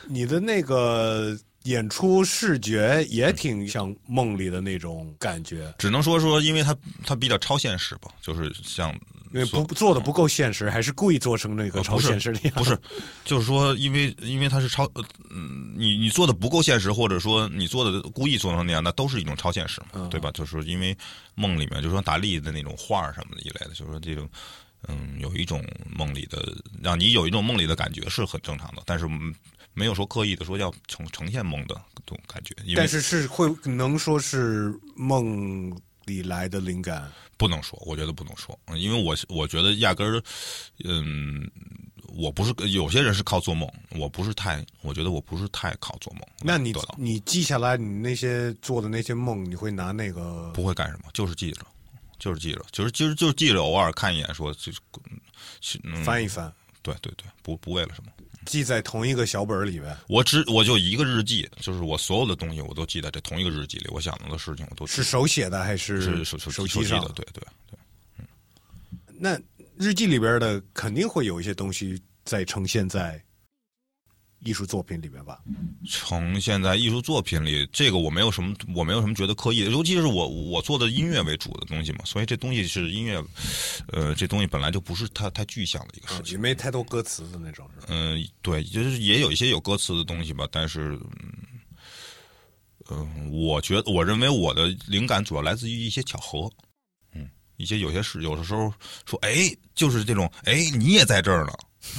你的那个演出视觉也挺像梦里的那种感觉，
只能说说，因为他他比较超现实吧，就是像
因为不做的不够现实，还是故意做成那个
呃
超
嗯不是
现实的样子。
不是，就是说，因为因为它是超，呃嗯，你你做的不够现实，或者说你做的故意做成那样，那都是一种超现实嘛，
嗯
对吧？就是因为梦里面，就是说达利的那种画儿什么的一类的，就是说这种，嗯，有一种梦里的，让你有一种梦里的感觉是很正常的，但是嗯没有说刻意的说要呈呈现梦的这种感觉，因
但
为
是是会能说是梦里来的灵感，
不能说，我觉得不能说，嗯因为我我觉得压根儿，嗯，我不是有些人是靠做梦，我不是太，我觉得我不是太靠做梦。
那你
得到
你记下来你那些做的那些梦，你会拿那个
不会干什么，就是记着，就是记着，就是就是就是记着，偶尔看一眼说，就是嗯是嗯，
翻一翻，
对对对，不不为了什么，
记在同一个小本儿里边，
我只我就一个日记，就是我所有的东西我都记在这同一个日记里，我想到的事情我都记
是手写的还是
是手手
手
手
机
机
上
的，对对对，
那日记里边的肯定会有一些东西在呈现在艺术作品里边吧？
呈现在艺术作品里，这个我没有什么，我没有什么觉得刻意的，尤其是我我做的音乐为主的东西嘛，所以这东西是音乐，呃，这东西本来就不是太太具象的一个事情。
啊也没太多歌词的那种，是吧？
嗯、对，就是也有一些有歌词的东西吧，但是，嗯、呃我觉得我认为我的灵感主要来自于一些巧合，嗯，一些有些事，有的时候说，哎，就是这种，哎，你也在这儿呢，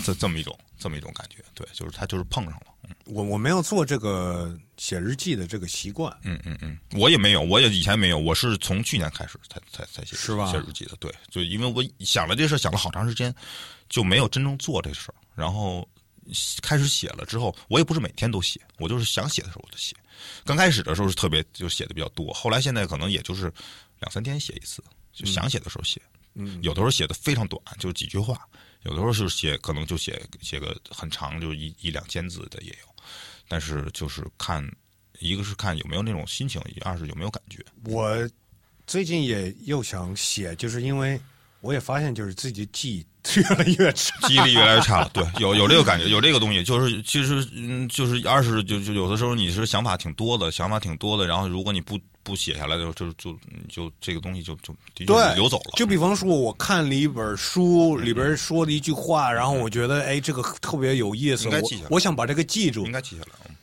这这么一种这么一种感觉，对，就是他就是碰上了。
我我没有做这个写日记的这个习惯，
嗯嗯嗯，我也没有，我也以前没有，我是从去年开始才才才写
是吧
写日记的，对，就因为我想了这事儿想了好长时间，就没有真正做这事儿，然后开始写了之后，我也不是每天都写，我就是想写的时候我就写。刚开始的时候是特别就写的比较多，后来现在可能也就是两三天写一次，就想写的时候写。嗯，有的时候写的非常短，就是几句话；有的时候是写可能就写写个很长，就一一两千字的也有。但是就是看，一个是看有没有那种心情，一二是有没有感觉。
我最近也又想写，就是因为我也发现，就是自己记忆越来越差。
记忆力越来越差了。对，有有这个感觉，有这个东西，就是其实嗯，就是二是就就有的时候你是想法挺多的，想法挺多的，然后如果你不不写下来就就就就这个东西就就的 确
对，
流走了。
就比方说，我看了一本书，里边说的一句话，然后我觉得，哎，这个特别有意思，
应该记
我
下来
我想把这个记住
应。该记下来。嗯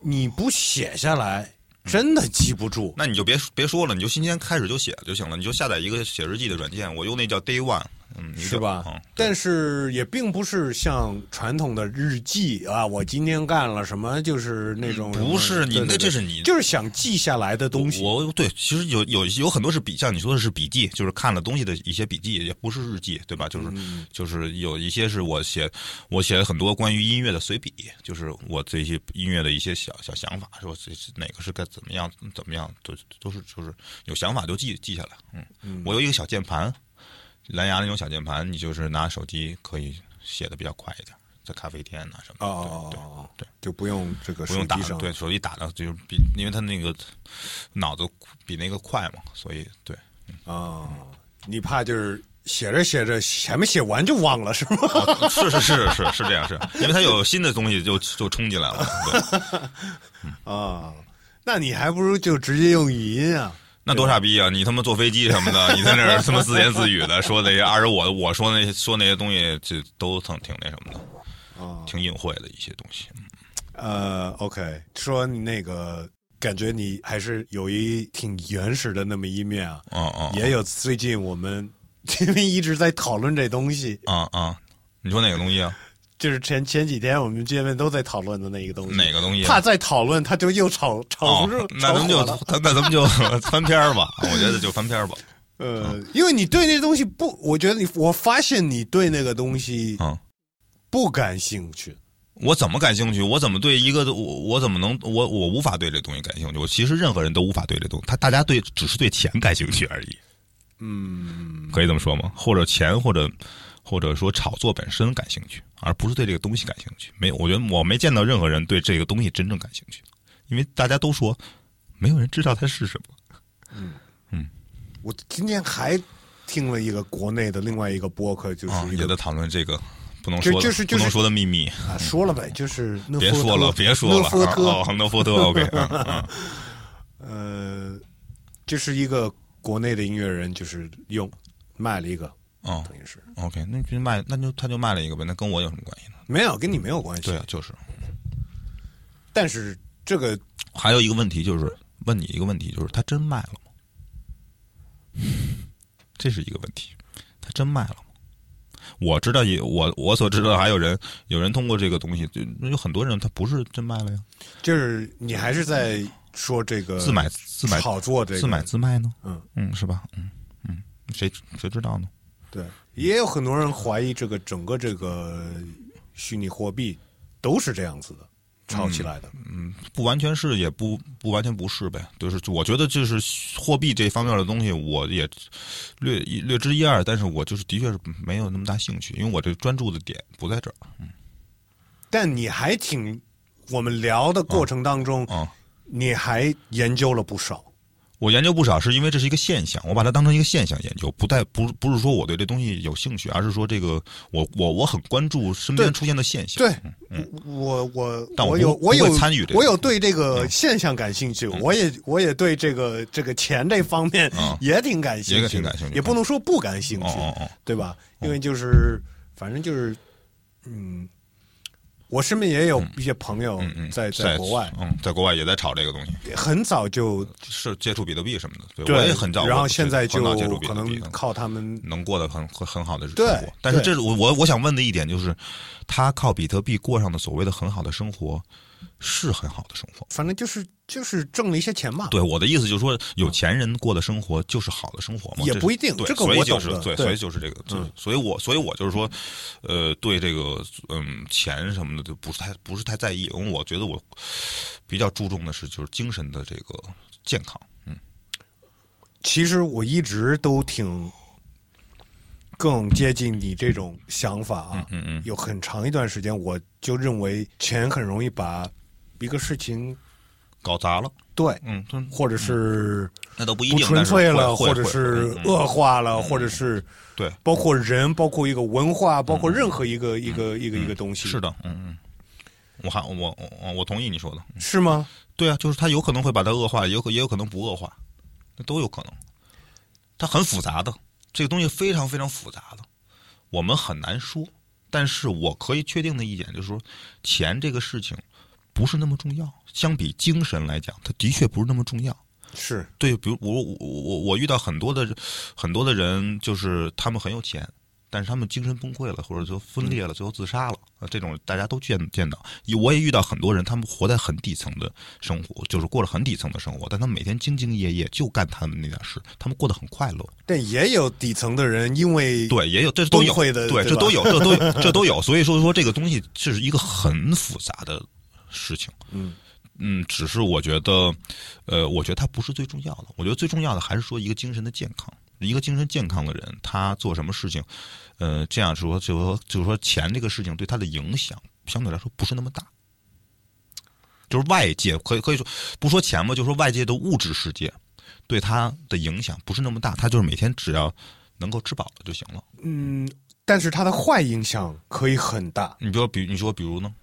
你不写下来，真的记不住。
那你就别别说了，你就今天开始就写就行了，你就下载一个写日记的软件，我用那叫 Day One，嗯，
是吧？
嗯
但是也并不是像传统的日记啊，我今天干了什么，就是那种什么
不是你
对对
那
对
这是你
就是想记下来的东西。
我对，其实有有有很多是笔，像你说的是笔记，就是看了东西的一些笔记，也不是日记，对吧？就是、
嗯
就是有一些是我写，我写了很多关于音乐的随笔，就是我这些音乐的一些小小想法，说这是哪个是该怎么样怎么样，都都是就是有想法就记记下来。嗯，我有一个小键盘，蓝牙那种小键盘，你就是拿手机可以写的比较快一点，在咖啡店啊什么的。
哦哦哦哦，
对，
就不用这个
不
手
用打
机上。
对，手机打的就是比，因为他那个脑子比那个快嘛，所以 对，
啊，你怕就是写着写着还没写完就忘了是吗？
哦是是是是是这样，是因为他有新的东西就就冲进来了。 对，
啊，那你还不如就直接用语音啊。
那多傻逼啊！你他妈坐飞机什么的，你在那儿他妈自言自语的说那些，而且我我说那些说那些东西，这都挺挺那什么的，
啊，
挺隐晦的一些东西。
呃，OK，说你那个感觉你还是有一挺原始的那么一面啊，
嗯嗯
也有最近我们因为一直在讨论这东西，
嗯嗯，你说哪个东西啊？
就是前前几天我们见面都在讨论的那个东西，
哪个东西啊？
怕再讨论他就又吵吵
哦
不住，，
那
吵
咱们就
火了。
那咱们就 翻篇儿吧，我觉得就翻篇儿吧。
呃，
嗯
因为你对那东西不，我觉得你我发现你对那个东西
嗯。
不感兴趣。
我怎么感兴趣？我怎么对一个我我怎么能我我无法对这东西感兴趣？我其实任何人都无法对这东西，他大家对只是对钱感兴趣而已，
嗯，
可以这么说吗？或者钱，或者或者说炒作本身感兴趣，而不是对这个东西感兴趣。没有，我觉得我没见到任何人对这个东西真正感兴趣，因为大家都说没有人知道它是什么。
我今天还听了一个国内的另外一个播客，就是
啊，
一
也
个
在讨论这个不能
就
说的
就是就
不能
是
说的秘密。
啊，说了呗，就是那
嗯别
福
说
特
了，别说了
那福
啊！
特
哦，那福特 OK，嗯嗯
呃，就是一个国内的音乐人，就是用卖了一个，
嗯
等于是
，OK，那就卖，那就他就卖了一个呗，那跟我有什么关系呢？
没有跟你没有关系，
对啊，就是。
但是这个
还有一个问题就是，问你一个问题，就是他真卖了吗？ 这是一个问题，他真卖了吗？我知道也我我所知道还有人有人通过这个东西，就有很多人他不是真卖了呀，
就是你还是在说这个
自买自买
炒作呃这个
自买自卖呢？
嗯
嗯，是吧？嗯嗯，谁谁知道呢？
对，也有很多人怀疑这个整个这个虚拟货币都是这样子的炒
嗯
起来的，
不完全是，也不不完全不是呗。就是我觉得就是货币这方面的东西，我也略略知一二，但是我就是的确是没有那么大兴趣，因为我这专注的点不在这儿。
但你还挺，我们聊的过程当中，
嗯嗯
你还研究了不少。
我研究不少，是因为这是一个现象，我把它当成一个现象研究，不带不不是说我对这东西有兴趣，而是说这个我我我很关注身边
对
出现的现象。
对，我我
嗯但我
我
不
有
不
我有
会参与这嗯个
我有对这个现象感兴趣，我也我也对这个这个钱这方面
嗯
也挺感兴趣，
也挺感兴趣
也不能说不感兴趣，
哦哦哦，
对吧？因为就是反正就是，嗯，我身边也有一些朋友
嗯嗯，
在
在
国外
嗯，在国外也在炒这个东西，
很早就是
接触比特币什么的，对，
对，
我也很早，
然
我
后现在就
很早接触比
可
特
能
币的，嗯
靠他们
能过得很很很好的生
对
活。但是
对
这是我我我想问的一点就是，他靠比特币过上的所谓的很好的生活，是很好的生活吗。
反正就是就是挣了一些钱嘛。
对，我的意思就是说，有钱人过的生活就是好的生活嘛，
嗯也
这
不
是
一定
对，
这个
所以
我
就
懂
是
的
对，
对嗯
所以就是这个，就是所以我所以我就是说，呃，对这个嗯钱什么的就不是太不是太在意，因为我觉得我比较注重的是就是精神的这个健康。
其实我一直都挺更接近你这种想法啊。
嗯嗯
有很长一段时间，我就认为钱很容易把一个事情
搞砸了，
对，
嗯，这
或者是
那倒不一
不
定，
纯粹了，
但会
或者
会
是
会嗯
恶化了，或者是
对，
包括人，包括一个文化，包括任何一个一个一个一个东西，
是的，嗯嗯，我还我我我同意你说的，
是吗？
对啊，就是他有可能会把它恶化，也有可也有可能不恶化，那都有可能。它很复杂的，这个东西非常非常复杂的，我们很难说。但是我可以确定的一点就是说，钱这个事情不是那么重要，相比精神来讲，它的确不是那么重要。
是，
对，比如我我我我遇到很多的很多的人，就是他们很有钱，但是他们精神崩溃了，或者说分裂了，最后自杀了，啊，这种大家都见见到。我也遇到很多人，他们活在很底层的生活，就是过着很底层的生活，但他们每天兢兢业业，就干他们那点事，他们过得很快乐。
但也有底层的人，因为
对，也有这都有
崩溃的
对，
对
这
吧
都有，这都有，这 都有。所以说说这个东西是一个很复杂的事情。
嗯
嗯，只是我觉得，呃，我觉得它不是最重要的。我觉得最重要的还是说一个精神的健康。一个精神健康的人，他做什么事情，呃，这样说就说就是说钱这个事情对他的影响相对来说不是那么大。就是外界可以可以说不说钱吧，就说外界的物质世界对他的影响不是那么大。他就是每天只要能够吃饱了就行了。
嗯，但是它的坏影响可以很大。
你比如，比你说，比如呢？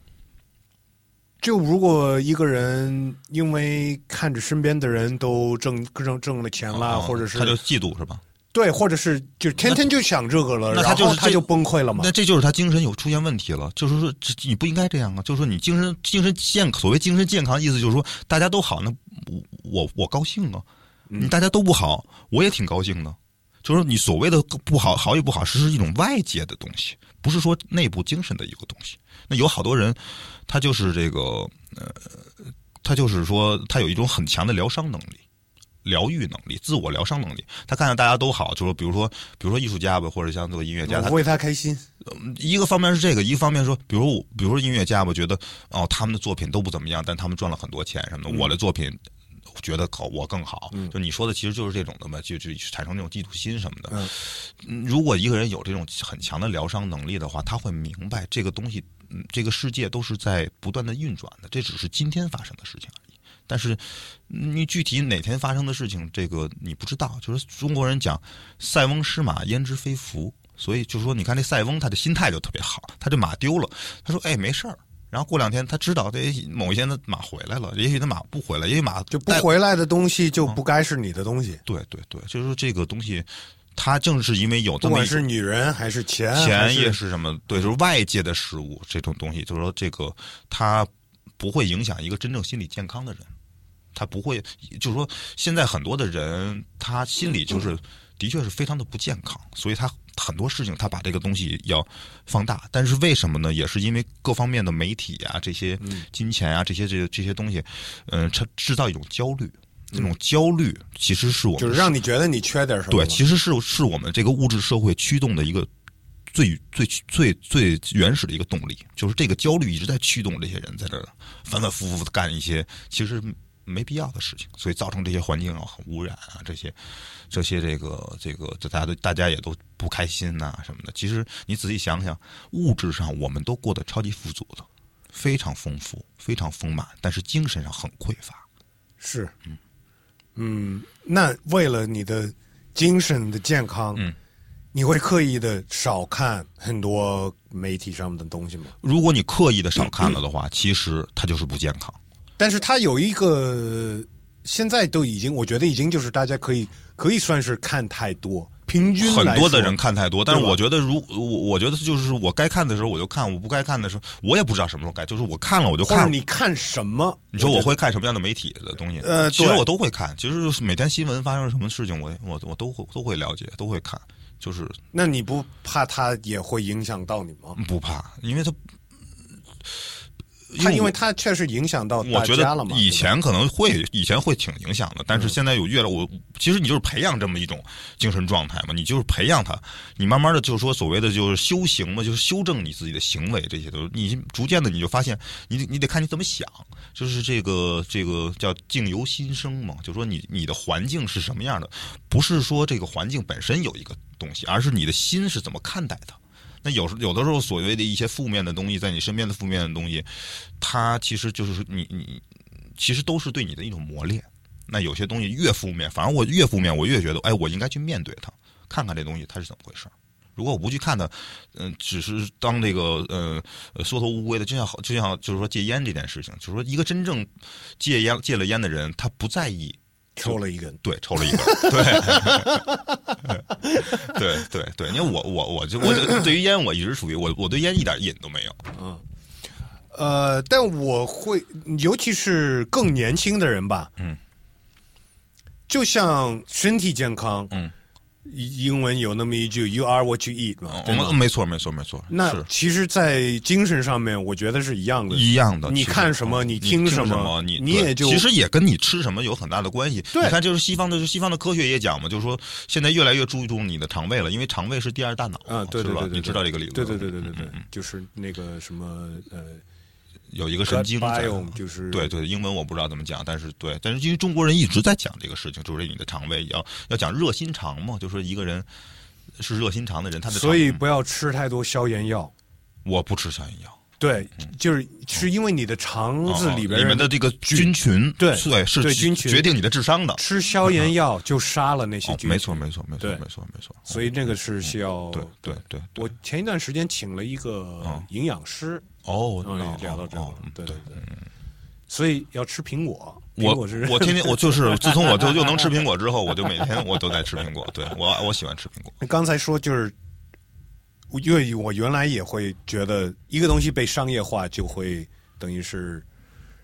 就如果一个人因为看着身边的人都挣挣挣了钱啦，
啊
或者是
他就嫉妒是吧？
对，或者是就天天就想这个了，
那他
然
就
后
是
他
这
就崩溃了嘛
那。这就是他精神有出现问题了，就是说这你不应该这样啊，就是说你精神精神健所谓精神健康，意思就是说大家都好，那我我我高兴啊，你大家都不好，我也挺高兴的，就是说你所谓的不好好与不好，是一种外界的东西，不是说内部精神的一个东西。那有好多人，他就是这个呃，他就是说他有一种很强的疗伤能力。疗愈能力、自我疗伤能力，他看到大家都好，就是比如说，比如说艺术家吧，或者像做音乐家，他
我为他开心，
一个方面是这个，一个方面说，比如我，比如说音乐家吧，觉得哦，他们的作品都不怎么样，但他们赚了很多钱什么的。我的作品觉得好，我更好。就你说的，其实就是这种的嘛，就就产生这种嫉妒心什么的。嗯如果一个人有这种很强的疗伤能力的话，他会明白这个东西，嗯这个世界都是在不断的运转的，这只是今天发生的事情而已。但是你具体哪天发生的事情，这个你不知道。就是中国人讲“塞翁失马，焉知非福”，所以就是说，你看这塞翁他的心态就特别好，他这马丢了，他说：“哎，没事儿。”然后过两天他知道，这也许某一天他马回来了，也许他马不回来，也许马
就不
带
回来的东西
嗯
就不该是你的东西，
对对对，就是说这个东西，它正是因为有
不
这么
管
一
是女人还是钱，还
钱
是
也是什么，对，就是外界的事物这种东西，就是说这个它不会影响一个真正心理健康的人，他不会，就是说现在很多的人他心理就是的确是非常的不健康，所以他很多事情他把这个东西要放大，但是为什么呢？也是因为各方面的媒体啊，这些
嗯
金钱啊，这些这些这些东西，嗯、它制造一种焦虑。那种焦虑其实是我们
就是让你觉得你缺点什么
对，
了。
其实是是我们这个物质社会驱动的一个最最最最原始的一个动力，就是这个焦虑一直在驱动这些人在这儿反反复复的干一些其实没必要的事情，所以造成这些环境啊很污染啊这些这些这个这个这大家都大家也都不开心呐、什么的。其实你仔细想想，物质上我们都过得超级富足的，非常丰富，非常丰满，但是精神上很匮乏。
是，嗯那为了你的精神的健康，
嗯，
你会刻意的少看很多媒体上面的东西吗？
如果你刻意的少看了的话，其实它就是不健康。
但是它有一个，现在都已经，我觉得已经就是大家可以可以算是看太多，平均
很
来
多的
说
人看太多，但是
对吧
我觉得如我我觉得就是我该看的时候我就看，我不该看的时候我也不知道什么时候该，就是我看了我就
或者
看。
你看什么？
你说我会看什么样的媒体的东西？
呃
其实
对
我都会看。其实就是每天新闻发生什么事情，我我我都会都会了解，都会看。就是
那你不怕它也会影响到你吗？
不怕，因为他
它
因为
因
我
为它确实影响到
我
大
觉
家了
得
嘛。
以
对吧嗯
前可能会，以前会挺影响的，但是现在有越来我，其实你就是培养这么一种精神状态嘛，你就是培养它，你慢慢的就是说所谓的就是修行嘛，就是修正你自己的行为，这些都是你逐渐的你就发现，你你得看你怎么想，就是这个这个叫境由心生嘛，就说你你的环境是什么样的，不是说这个环境本身有一个东西，而是你的心是怎么看待它。那有时有的时候，所谓的一些负面的东西，在你身边的负面的东西，它其实就是你你其实都是对你的一种磨练。那有些东西越负面，反而我越负面，我越觉得，哎，我应该去面对它，看看这东西它是怎么回事儿。如果我不去看它，嗯、只是当这个呃呃缩头乌龟的，就像好就像就是说戒烟这件事情，就是说一个真正戒烟戒了烟的人，他不在意
抽了一根，
对，抽了一根 儿，对， 对对对，因为我我我就我就对于烟，我一直属于我我对烟一点瘾都没有。
呃，但我会，尤其是更年轻的人吧，
嗯，
就像身体健康，
嗯，
英文有那么一句 “You are what you eat” 嘛，对吗
嗯，没错，没错，没错，
那
是
其实，在精神上面，我觉得是一样的。
一样的。
你
其实
看什么
嗯
你
你
听什
什
么
你
你
对
也就
其实也跟你吃什么有很大的关系。
对
你看，就是西方的，就是西方的科学也讲嘛，就是说现在越来越注重你的肠胃了，因为肠胃是第二大脑嘛
啊，对
是
对
吧
对对，
你知道这个理论？
对对对对对
嗯，
对，就是那个什么呃，
有一个神经
gut
在
biome 就是
对对，英文我不知道怎么讲，但是对，但是因为中国人一直在讲这个事情，就是你的肠胃要要讲热心肠嘛，就是一个人是热心肠的人，嗯他的
所以
肠
不要吃太多消炎药。
我不吃消炎药，
对，就是是因为你的肠子
嗯哦
里
里
边
面的这个菌群，
对
对是
对
决
菌群
决定你的智商的，
吃消炎药就杀了那些
哦，
菌，
没错嗯没错没错
对
没错没错，
所以哦那个是需要
对对对，对
我前一段时间请了一个营养师，
哦，
嗯，
那
聊到这个
哦
了，对对对，所以要吃苹果，苹
我
果是
我天天 我就是自从我就又能吃苹果之后，我就每天我都在吃苹果。对我我喜欢吃苹果，
刚才说就是，我因为我原来也会觉得一个东西被商业化，就会等于是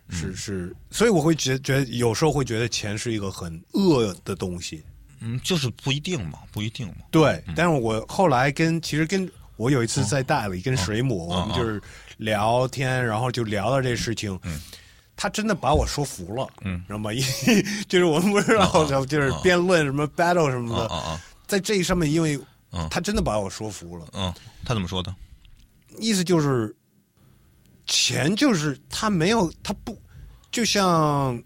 是是，所以我会觉觉得有时候会觉得钱是一个很恶的东西。
嗯，就是不一定嘛，不一定嘛。
对，但是我后来跟其实跟我有一次在大理跟水母，
嗯
我们就是聊天，然后就聊到这事情。他真的把我说服了，嗯，知道吗？因 为就是我们不知道，
嗯嗯
就是辩论什么 battle 什么
啊
的，
啊啊，
在这上面，因为
嗯
他真的把我说服了。
嗯，他怎么说的？
意思就是，钱就是他没有，他不就像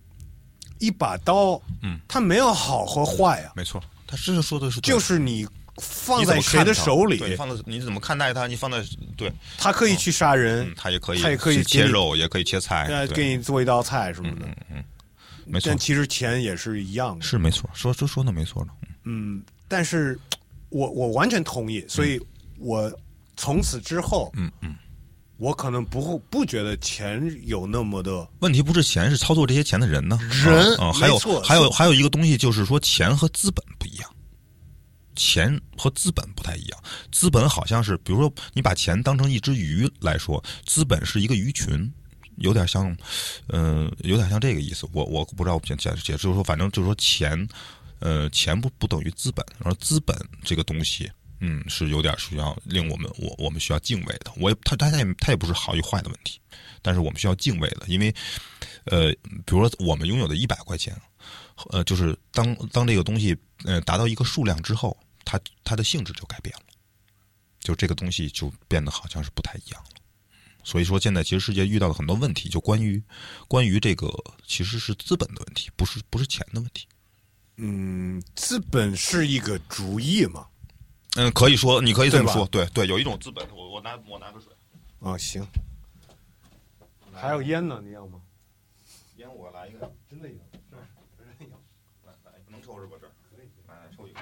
一把刀，
嗯，
他没有好和坏啊，
没错，他真是说的是对的
就是你放
你怎
在
么
谁
看
的
他
手
对
里
你，放在你怎么看待他？你放在对，
他可以去杀人，
嗯，他也可以，
他也可以
切
给你
肉，也可以切菜，
呃，
对嗯
给你做一道菜什么的。
没错
但，其实钱也是一样的，
是没错，说说说的没错的，
嗯，但是我我完全同意，所以我从此之后，
嗯嗯。
我可能不会不觉得钱有那么的
问题不是钱，是操作这些钱的人呢。
人
啊，啊还有
没错
还有还有一个东西，就是说钱和资本不一样，钱和资本不太一样。资本好像是，比如说你把钱当成一只鱼来说，资本是一个鱼群。有点像，嗯、有点像这个意思。我我不知道解解解，就是说，反正就是说钱，呃，钱不不等于资本，而资本这个东西，嗯，是有点需要令我们我我们需要敬畏的。我也他他他也他也不是好与坏的问题，但是我们需要敬畏的，因为呃，比如说我们拥有的一百块钱，呃，就是当当这个东西呃达到一个数量之后，它它的性质就改变了，就这个东西就变得好像是不太一样了。所以说，现在其实世界遇到了很多问题，就关于关于这个其实是资本的问题，不是不是钱的问题。
嗯，资本是一个主意嘛。
嗯，可以说，你可以这么
对吧
说，对对，有一种资本，我我拿我拿个水，
啊，行。还有烟呢，你要吗？
烟我来一个，
真的有，这儿真的有。
来来，哎不能抽是吧？这儿，来来抽一个。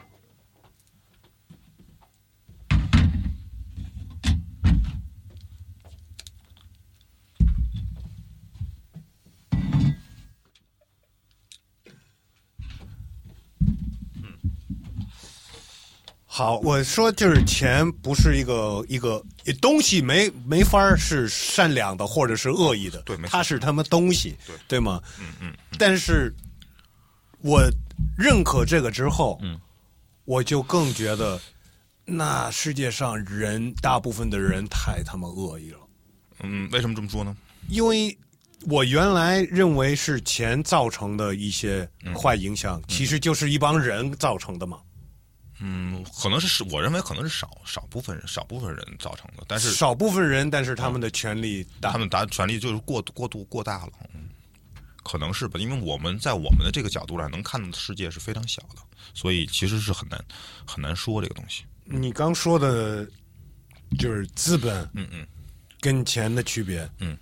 好，我说就是钱不是一个一个东西没没法儿是善良的或者是恶意的，
对没错
它是他们东西，
对
吗？嗯嗯。但是，我认可这个之后，嗯，我就更觉得，那世界上人大部分的人太他妈恶意了。
嗯，为什么这么说呢？
因为我原来认为是钱造成的一些坏影响，其实就是一帮人造成的嘛。
嗯，可能是是我认为可能是少少部分人少部分人造成的，但啊是啊
少部分人，但是啊他们的权利大。
他们达权力就是过过度过大了，嗯，可能是吧，因为我们在我们的这个角度上能看到的世界是非常小的，所以其实是很难很难说这个东西。
你刚说的，就是资本，
嗯嗯，
跟钱的区别，
嗯，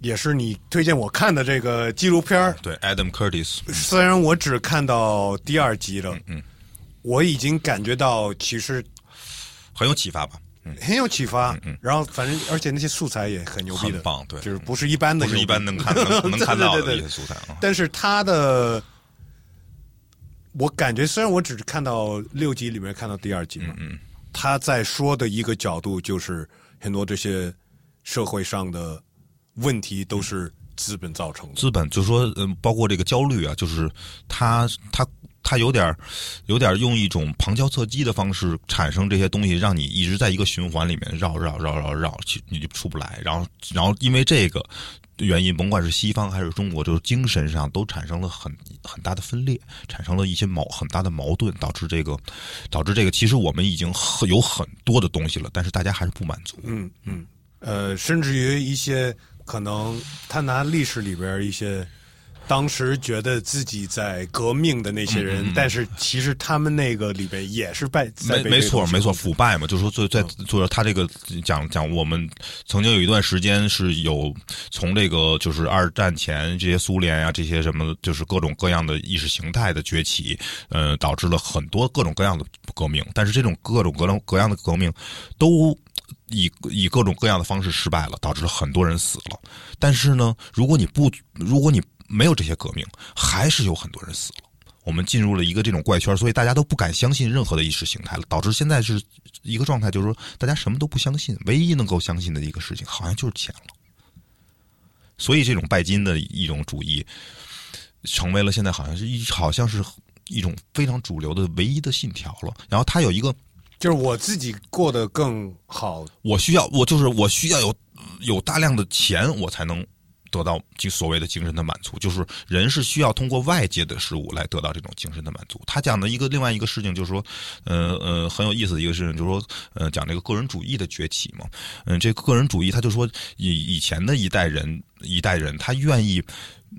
也是你推荐我看的这个纪录片儿。
对，Adam Curtis，
虽然我只看到第二集了，
嗯
我已经感觉到其实
很有启发吧？嗯，
很有启发。然后反正而且那些素材也很牛逼的，
很棒对
就是不是一般的牛
不
逼，
是一般能看能能看到
对
的
对
一
对
些素材啊。
但是他的，我感觉虽然我只是看到六集里面看到第二集嘛，
嗯嗯
他在说的一个角度就是很多这些社会上的问题都是资本造成的。
资本就是说，嗯，包括这个焦虑啊，就是他他他他有点儿有点儿用一种旁敲侧击的方式产生这些东西，让你一直在一个循环里面绕绕绕绕绕，其你就出不来。然后然后因为这个原因，甭管是西方还是中国，就是精神上都产生了很很大的分裂，产生了一些矛很大的矛盾，导致这个导致这个，其实我们已经很有很多的东西了，但是大家还是不满足。
嗯嗯，呃，甚至于一些可能他拿历史里边一些当时觉得自己在革命的那些人，但是其实他们那个里边也是败，在
嗯没
被
没
这
错
种
没错，腐败嘛，就是说最在
嗯
就是他这个讲讲我们曾经有一段时间是有从这个就是二战前这些苏联啊这些什么就是各种各样的意识形态的崛起，呃，导致了很多各种各样的革命，但是这种各种各种各样的革命都。以以各种各样的方式失败了，导致了很多人死了。但是呢，如果你不，如果你没有这些革命，还是有很多人死了。我们进入了一个这种怪圈，所以大家都不敢相信任何的意识形态了，导致现在是一个状态，就是说大家什么都不相信，唯一能够相信的一个事情，好像就是钱了。所以这种拜金的一种主义，成为了现在好像是一好像是一种非常主流的唯一的信条了。然后它有一个
就是我自己过得更好，
我需要，我就是我需要有有大量的钱，我才能得到就所谓的精神的满足。就是人是需要通过外界的事物来得到这种精神的满足。他讲的一个另外一个事情就是说，呃呃，很有意思的一个事情就是说，呃，讲这个个人主义的崛起嘛。嗯、这个个人主义，他就说以以前的一代人一代人，他愿意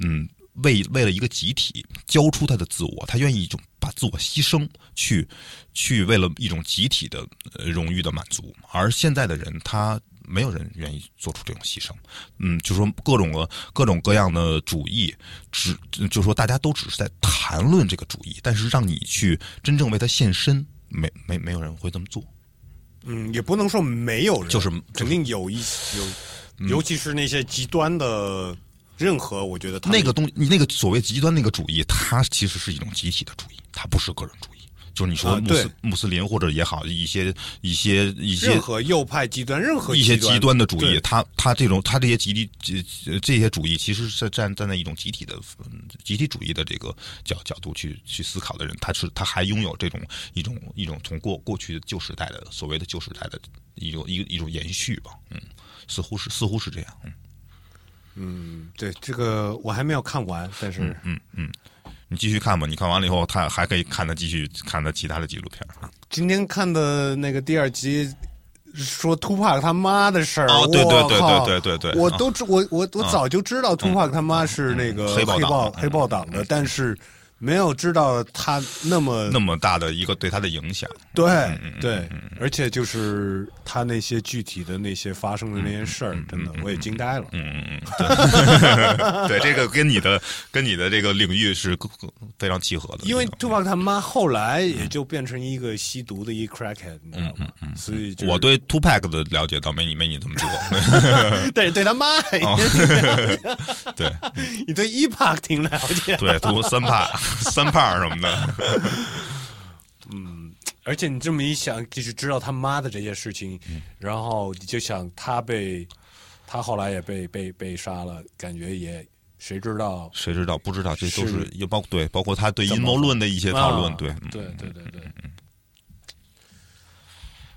嗯。为为了一个集体交出他的自我，他愿意一种把自我牺牲，去去为了一种集体的呃荣誉的满足。而现在的人，他没有人愿意做出这种牺牲。嗯，就说各种个各种各样的主义，只就说大家都只是在谈论这个主义，但是让你去真正为他献身，没没没有人会这么做。
嗯，也不能说没有人，
就是嗯
肯定有一有，尤其是那些极端的，任何我觉得他们
那个东你那个所谓极端那个主义，它其实是一种集体的主义，它不是个人主义。就是你说
啊
穆
对
斯、穆斯林或者也好，一些一些一些
任何右派极端，任何
一些极
极
端的主
对
义，他他这种他这些集体这这些主义，其实是站站在一种集体的嗯集体主义的这个角角度去去思考的人，他是他还拥有这种一种一种从过过去的旧时代的所谓的旧时代的一种一一种延续吧，嗯，似乎是似乎是这样，嗯，
嗯对这个我还没有看完，但
嗯
是
你继续看吧，你看完了以后，他还可以看他继续看他其他的纪录片儿，
今天看的那个第二集。说图帕克他妈的事儿，
哦对对对
我靠
对对对对啊
我都知我我我早就知道图帕克他妈是那个
嗯
黑
黑豹党
豹
嗯
黑豹党的，但是没有知道他那么
那么大的一个对他的影响，
对
嗯
对，而且就是他那些具体的那些发生的那
嗯
些事儿，真的我也惊呆了。
对 这个跟你的跟你的这个领域是非常契合的，
因为
这个
Tupac 他妈后来
嗯
也就变成一个吸毒的一 crackhead，你知道吗？所以就是
我对 Two Pack 的了解倒没你没你这么多，
对对他妈，
哦 对
你对 Epac 挺了解，
对，读三帕三帕什么的，
而且你这么一想，就是知道他妈的这些事情，
嗯
然后你就想他被他后来也被被被杀了，感觉也谁知道
谁知道不知道？这都是
是
也包括对，包括他对
怎
阴
么
谋论的一些讨论
啊，
对嗯
对对对对，嗯，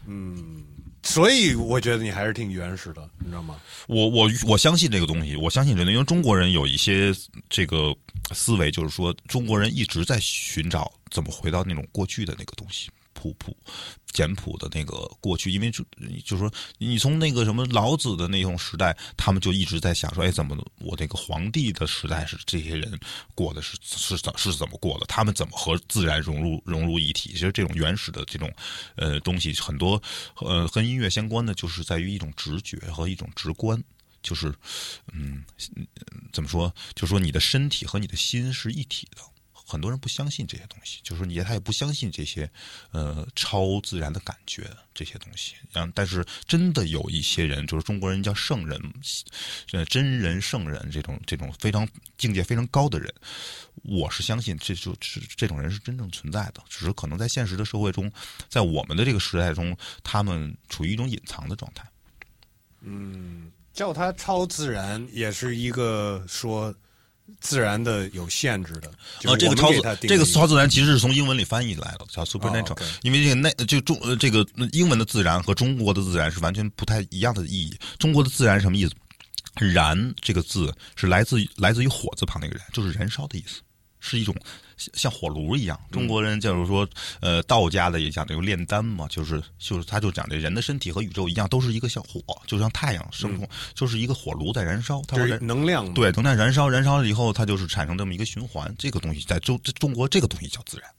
嗯
所以我觉得你还是挺原始的，你知道吗？
我我我相信这个东西，我相信人类，因为中国人有一些这个思维，就是说中国人一直在寻找怎么回到那种过去的那个东西，朴朴简朴的那个过去，因为就就是说你从那个什么老子的那种时代，他们就一直在想说，哎，怎么我这个皇帝的时代是这些人过的是是怎是怎么过的，他们怎么和自然融入融入一体？其实这种原始的这种呃东西，很多呃跟音乐相关的，就是在于一种直觉和一种直观。就是，嗯，怎么说？就是说你的身体和你的心是一体的。很多人不相信这些东西，就是说你他也不相信这些，呃，超自然的感觉这些东西。然后，但是真的有一些人，就是中国人叫圣人，呃，真人圣人这种这种非常境界非常高的人，我是相信这就是这种人是真正存在的，只是可能在现实的社会中，在我们的这个时代中，他们处于一种隐藏的状态。
叫他超自然也是一个说自然的有限制的。
啊，这个超
超
自这个超自然其实是从英文里翻译来的，叫 supernatural，、
哦，OK
因为这个那就中呃这个英文的自然和中国的自然是完全不太一样的意义。中国的自然什么意思？燃这个字是来自于来自于火字旁那个燃，就是燃烧的意思，是一种像像火炉一样。中国人假如说呃道家的也讲究炼丹嘛，就是就是他就讲这人的身体和宇宙一样，都是一个像火，就像太阳生出，就是一个火炉在燃烧，它
就嗯
会
是
燃
能量嘛，
对，能量燃烧，燃烧了以后，它就是产生这么一个循环。这个东西在中这中国，这个东西叫自然，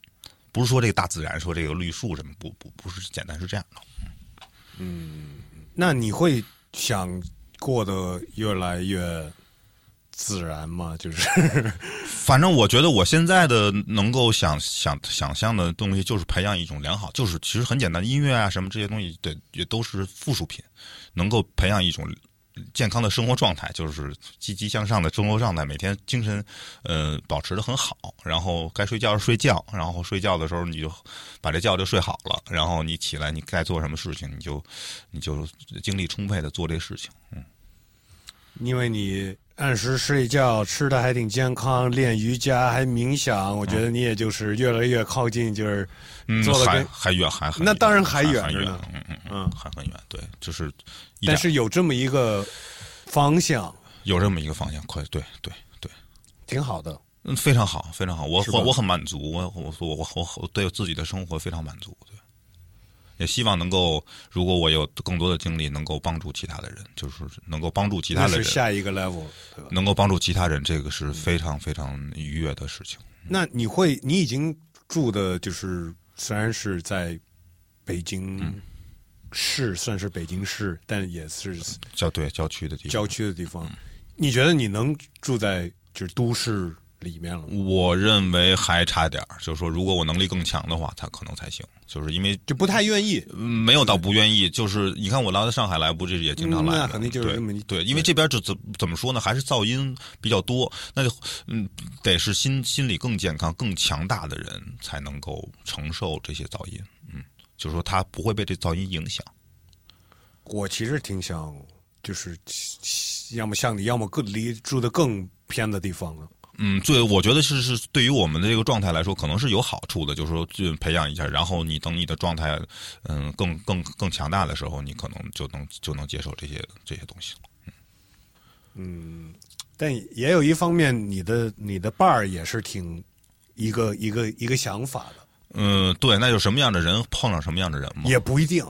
不是说这个大自然，说这个绿树什么，不不不是简单是这样的。
那你会想过得越来越自然吗？就是
反正我觉得我现在的能够想想想象的东西，就是培养一种良好，就是其实很简单，音乐啊什么这些东西，对，也都是附属品，能够培养一种健康的生活状态，就是积极向上的生活状态，每天精神呃保持的很好，然后该睡觉时睡觉，然后睡觉的时候你就把这觉就睡好了，然后你起来你该做什么事情，你就你就精力充沛的做这事情。
因为你按时睡觉，吃的还挺健康，练瑜伽还冥想，我觉得你也就是越来越靠近，就是
嗯，
做了
还
跟
还远，还很
那
远
当然还
还
远
很
着
远
呢，
嗯嗯
嗯
嗯，还很远，对，就是一点
但是有这么一个方向，
有这么一个方向，快，对对对，
挺好的。
嗯，非常好，非常好，我
是吧
我我很满足，我我我我我我对自己的生活非常满足，对，也希望能够，如果我有更多的精力，能够帮助其他的人，就是能够帮助其他
那
的
是
人，嗯
下一个 level，对吧？
能够帮助其他人，这个是非常非常愉悦的事情。
那你会，你已经住的就是虽然是在北
嗯
京市，算是北京市，但也是
郊对郊区的地方，
郊区的地方。
嗯
你觉得你能住在就是都市里面了吗？
我认为还差点儿，就是说，如果我能力更强的话，他可能才行，就是因为
就不太愿意，
嗯没有到不愿意，就是你看我来到上海来，不是也经常来
嗯
吗、
那肯定就是这么一
对对，因为这边就怎怎么说呢，还是噪音比较多，那就嗯，得是心心理更健康、更强大的人才能够承受这些噪音，嗯，就是说他不会被这噪音影响。
我其实挺想，就是要么像你，要么更离住的更偏的地方啊了。
嗯，最我觉得是是对于我们的这个状态来说，可能是有好处的，就是说就培养一下，然后你等你的状态嗯更更更强大的时候，你可能就能就能接受这些这些东西了。
但也有一方面，你的你的伴儿也是挺一个一个一个想法的，
嗯，对，那就什么样的人碰上什么样的人嘛。
也不一定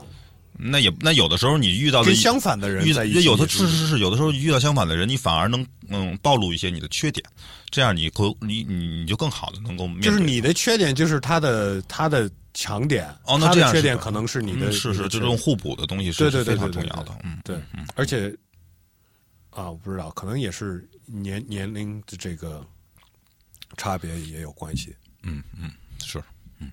那也那有的时候你嗯遇到的
跟相反的人
遇
在一起
也有的
也是
是是是，有的时候遇到相反的人，你反而能嗯暴露一些你的缺点，这样你可你你你就更好的能够面对。
就是你的缺点就是他的他的强点，
哦，那
他
这
的
样
缺
是
点
吧
可能是你的，
嗯是
你
是
的缺
这种互补的东西
对
是
对
是
对
非常
对
重
对
要
对
的。嗯，
对，而且啊，我不知道，可能也是年年龄的这个差别也有关系。
是嗯，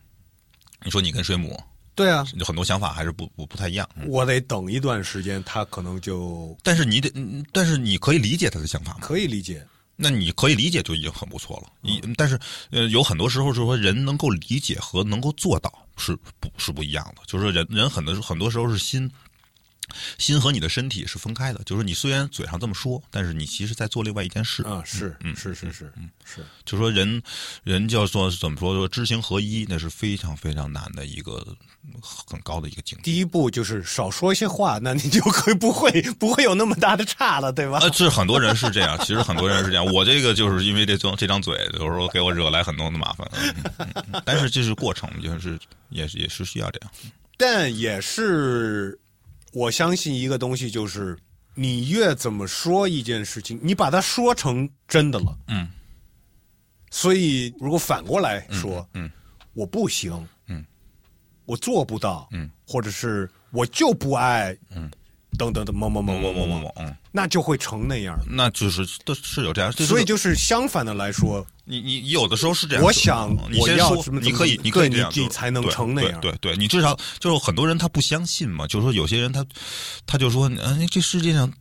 你说你跟水母
对啊，
有很多想法还是不不不太一样，嗯
我得等一段时间，他可能就
但是你得嗯但是你可以理解他的想法吗？
可以理解。
那你可以理解就已经很不错了。你、但是呃，有很多时候就是说人能够理解和能够做到是不是不一样的。就是说人人很多很多时候是心心和你的身体是分开的。就是你虽然嘴上这么说，但是你其实在做另外一件事。
啊，是
嗯
是是是是，
就说人人叫做怎么说，说知行合一，那是非常非常难的一个很高的一个境界。
第一步就是少说一些话，那你就会不会不会有那么大的差了，对吧？
呃，这很多人是这样，其实很多人是这样。我这个就是因为这张这张嘴，有时候给我惹来很多的麻烦。嗯嗯嗯但是这是过程，就是也是也是需要这样。
但也是我相信一个东西，就是你越怎么说一件事情，你把它说成真的了，
嗯，
所以如果反过来说，
嗯嗯
我不行，
嗯，
我做不到，
嗯，
或者是我就不爱，嗯，等等等，某某某某
某
某
某某
某
某某，嗯，
那就会成那样。
那就是都是有这样，
所以
就
嗯就是相反的来说，
你你有的时候是这样，
我想
你
我
先
要
说
什么，
你可以
怎么
你可以
对
这样
你
做，
你才能
对
成那样
对对对，你至少就是很多人他不相信嘛，就是说有些人他他就说，哎，这世界上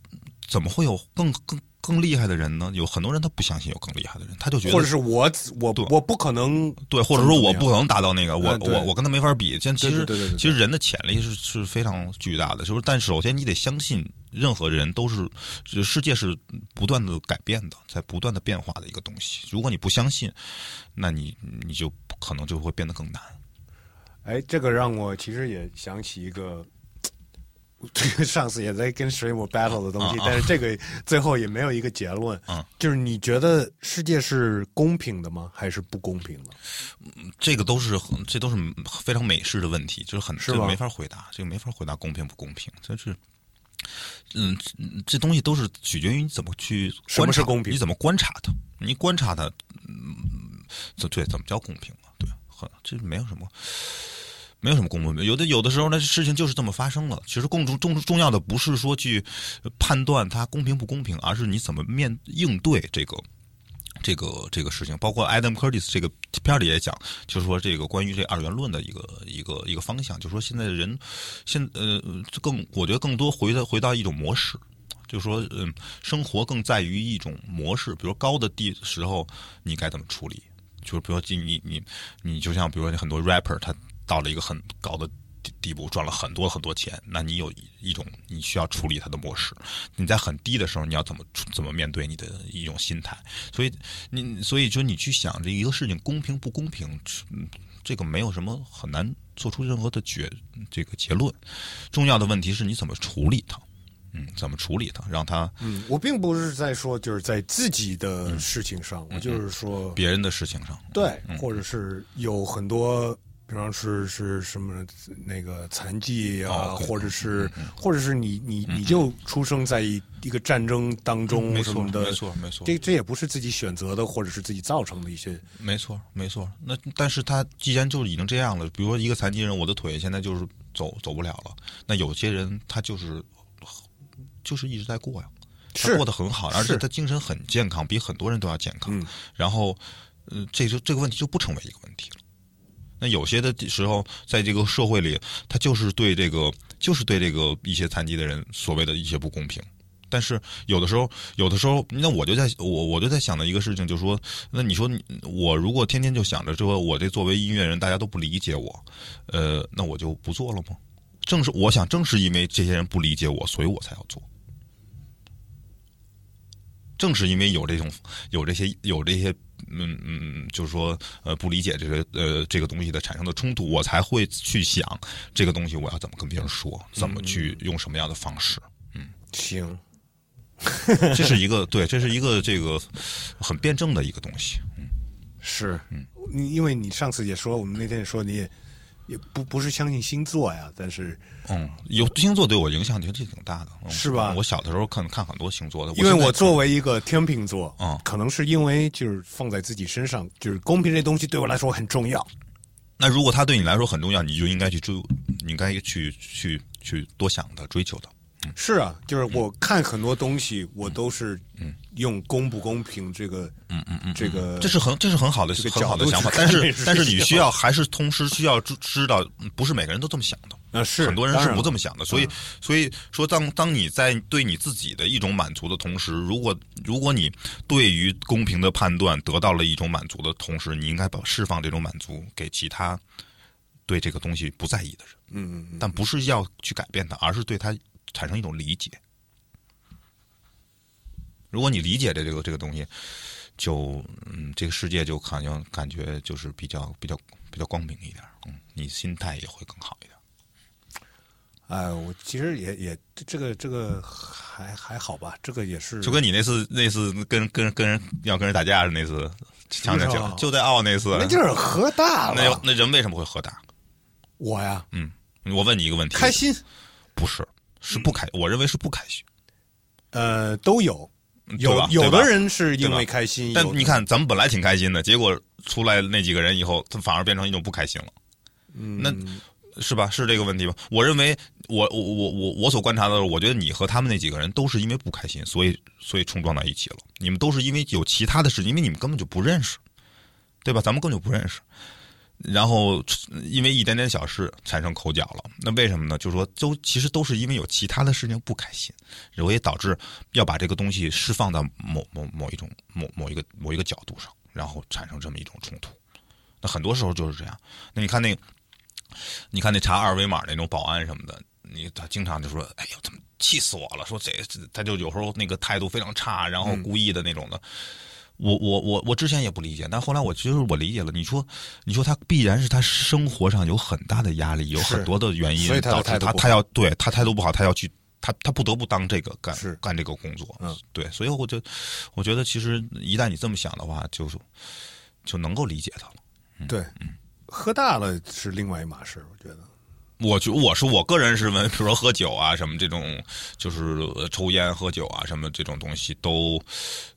怎么会有更更更厉害的人呢，有很多人他不相信有更厉害的人，他就觉得
或者是我我
对
我不可能
对，或者说我不可能达到那个，我
嗯对
我我跟他没法比。但其实
对对对对对
其实人的潜力是是非常巨大的，就是但首先你得相信，任何人都是这世界是不断的改变的，在不断的变化的一个东西。如果你不相信，那你你就可能就会变得更难。
哎，这个让我其实也想起一个，这个上次也在跟水母 battle 的东西，
啊啊
但是这个最后也没有一个结论。
嗯
就是你觉得世界是公平的吗？还是不公平的？
这个都是很这都是非常美式的问题，就是很
是
这个
吗
没法回答，这个没法回答公平不公平，就是。嗯，这东西都是取决于你怎么去
什
观
么
察
是，公平
你怎么观察它，你观察它，嗯，这对怎么叫公平啊？对，很这没有什么，没有什么公不公平。有的有的时候呢，事情就是这么发生了。其实更重重重要的不是说去判断它公平不公平，而是你怎么面应对这个这个这个事情，包括 Adam Curtis 这个片儿里也讲，就是说这个关于这二元论的一个一个一个方向，就是说现在的人现呃更我觉得更多回到回到一种模式，就是说嗯，生活更在于一种模式，比如高的地时候你该怎么处理，就是比如说你你你就像比如说很多 rapper 他到了一个很高的。地地步赚了很多很多钱，那你有一一种你需要处理它的模式。你在很低的时候，你要怎么处怎么面对你的一种心态？所以你所以就你去想这一个事情公平不公平，嗯这个没有什么很难做出任何的决这个结论。重要的问题是你怎么处理它，嗯，怎么处理它，让它
嗯，我并不是在说就是在自己
嗯
的事情上，我就是说
别人的事情上。
对，或者是有很多，比方是是什么那个残疾啊，
哦对
或者是或者是你你你就出生在一一个战争当中
嗯没
什
错，
么的
没，错，没错，
这这也不是自己选择的，或者是自己造成的一些。
没错，没错。那但是他既然就已经这样了，比如说一个残疾人，我的腿现在就是走走不了了。那有些人他就是就是一直在过呀，他
是
过得很好，而且
是
他精神很健康，比很多人都要健康。
嗯
然后，呃，这就这个问题就不成为一个问题了。那有些的时候，在这个社会里，他就是对这个，就是对这个一些残疾的人所谓的一些不公平。但是有的时候，有的时候，那我就在我我就在想的一个事情，就是说，那你说你我如果天天就想着说，我这作为音乐人，大家都不理解我，呃，那我就不做了吗？正是我想，正是因为这些人不理解我，所以我才要做。正是因为有这种有这些有这些嗯嗯，就是说呃不理解这个呃这个东西的产生的冲突，我才会去想这个东西我要怎么跟别人说，怎么去用什么样的 方式。
行，
这是一个对，这是一个这个很辩证的一个东西。
是，
嗯
你因为你上次也说，我们那天也说你也也不不是相信星座呀，但是
嗯，有星座对我影响其实挺大的，嗯
是吧
我小的时候看看很多星座的，
因为
现在
我作为一个天秤座，
嗯
可能是因为就是放在自己身上，就是公平这东西对我来说很重要。
那如果它对你来说很重要，你就应该去追，你应该去去去多想它，追求它。
是啊，就是我
嗯
看很多东西，我都是用公不公平这个，嗯嗯嗯，这个
这是很这是很好的
个
很好
角
的
度
想法，
去
但
看这
是
个事
但是你
情啊
需要还是同时需要知知道，嗯不是每个人都这么想的。
啊是
很多人
当
是
然
不这
了嗯
么想的，所以所以说当，当你在对你自己的一种满足的同时，如果如果你对于公平的判断得到了一种满足的同时，你应该把释放这种满足给其他对这个东西不在意的人，
嗯嗯
但不是要去改变它，而是对它产生一种理解。如果你理解的这个这个东西，就嗯，这个世界就好像感觉就是比较比较比较光明一点，嗯，你心态也会更好一点。
哎，我其实也也这个这个还还好吧，这个也是
就跟你那次那次跟跟跟人要跟人打架似的那次，强强
时候
强，就在奥那次，
那就是喝大
那有
了，
那人为什么会喝大？
我呀
嗯，我问你一个问题，
开心
不是是不开，我认为是不开心，
呃都有，
嗯对
有
吧
有
对吧
的人是因
对吧
为开心，
但
有
你看咱们本来挺开心的，结果出来那几个人以后，他反而变成一种不开心了，
嗯
那是吧？是这个问题吧？我认为我我我我我所观察到的，我觉得你和他们那几个人都是因为不开心，所以所以冲撞到一起了。你们都是因为有其他的事情，因为你们根本就不认识，对吧？咱们根本就不认识。然后因为一点点小事产生口角了。那为什么呢？就是说都其实都是因为有其他的事情不开心，然后也导致要把这个东西释放到某某某一种某某一个某一个角度上，然后产生这么一种冲突。那很多时候就是这样。那你看那，你看那查二维码那种保安什么的，你他经常就说：“哎呦，怎么气死我了！”说这他就有时候那个态度非常差，然
嗯
后故意的那种的。我我我我之前也不理解，但后来我其实我理解了。你说你说他必然是他生活上有很大的压力，有
是
很多的原因
所以他的
导致
态度
他
不
他要对他态度不好，他要去他他不得不当这个干
是
干这个工作。
嗯，
对，所以我就我觉得其实一旦你这么想的话，就是就能够理解他了。
对，喝大了是另外一码事，我觉得。
我觉我是我个人是问，比如说喝酒啊什么这种，就是呃抽烟、喝酒啊什么这种东西都，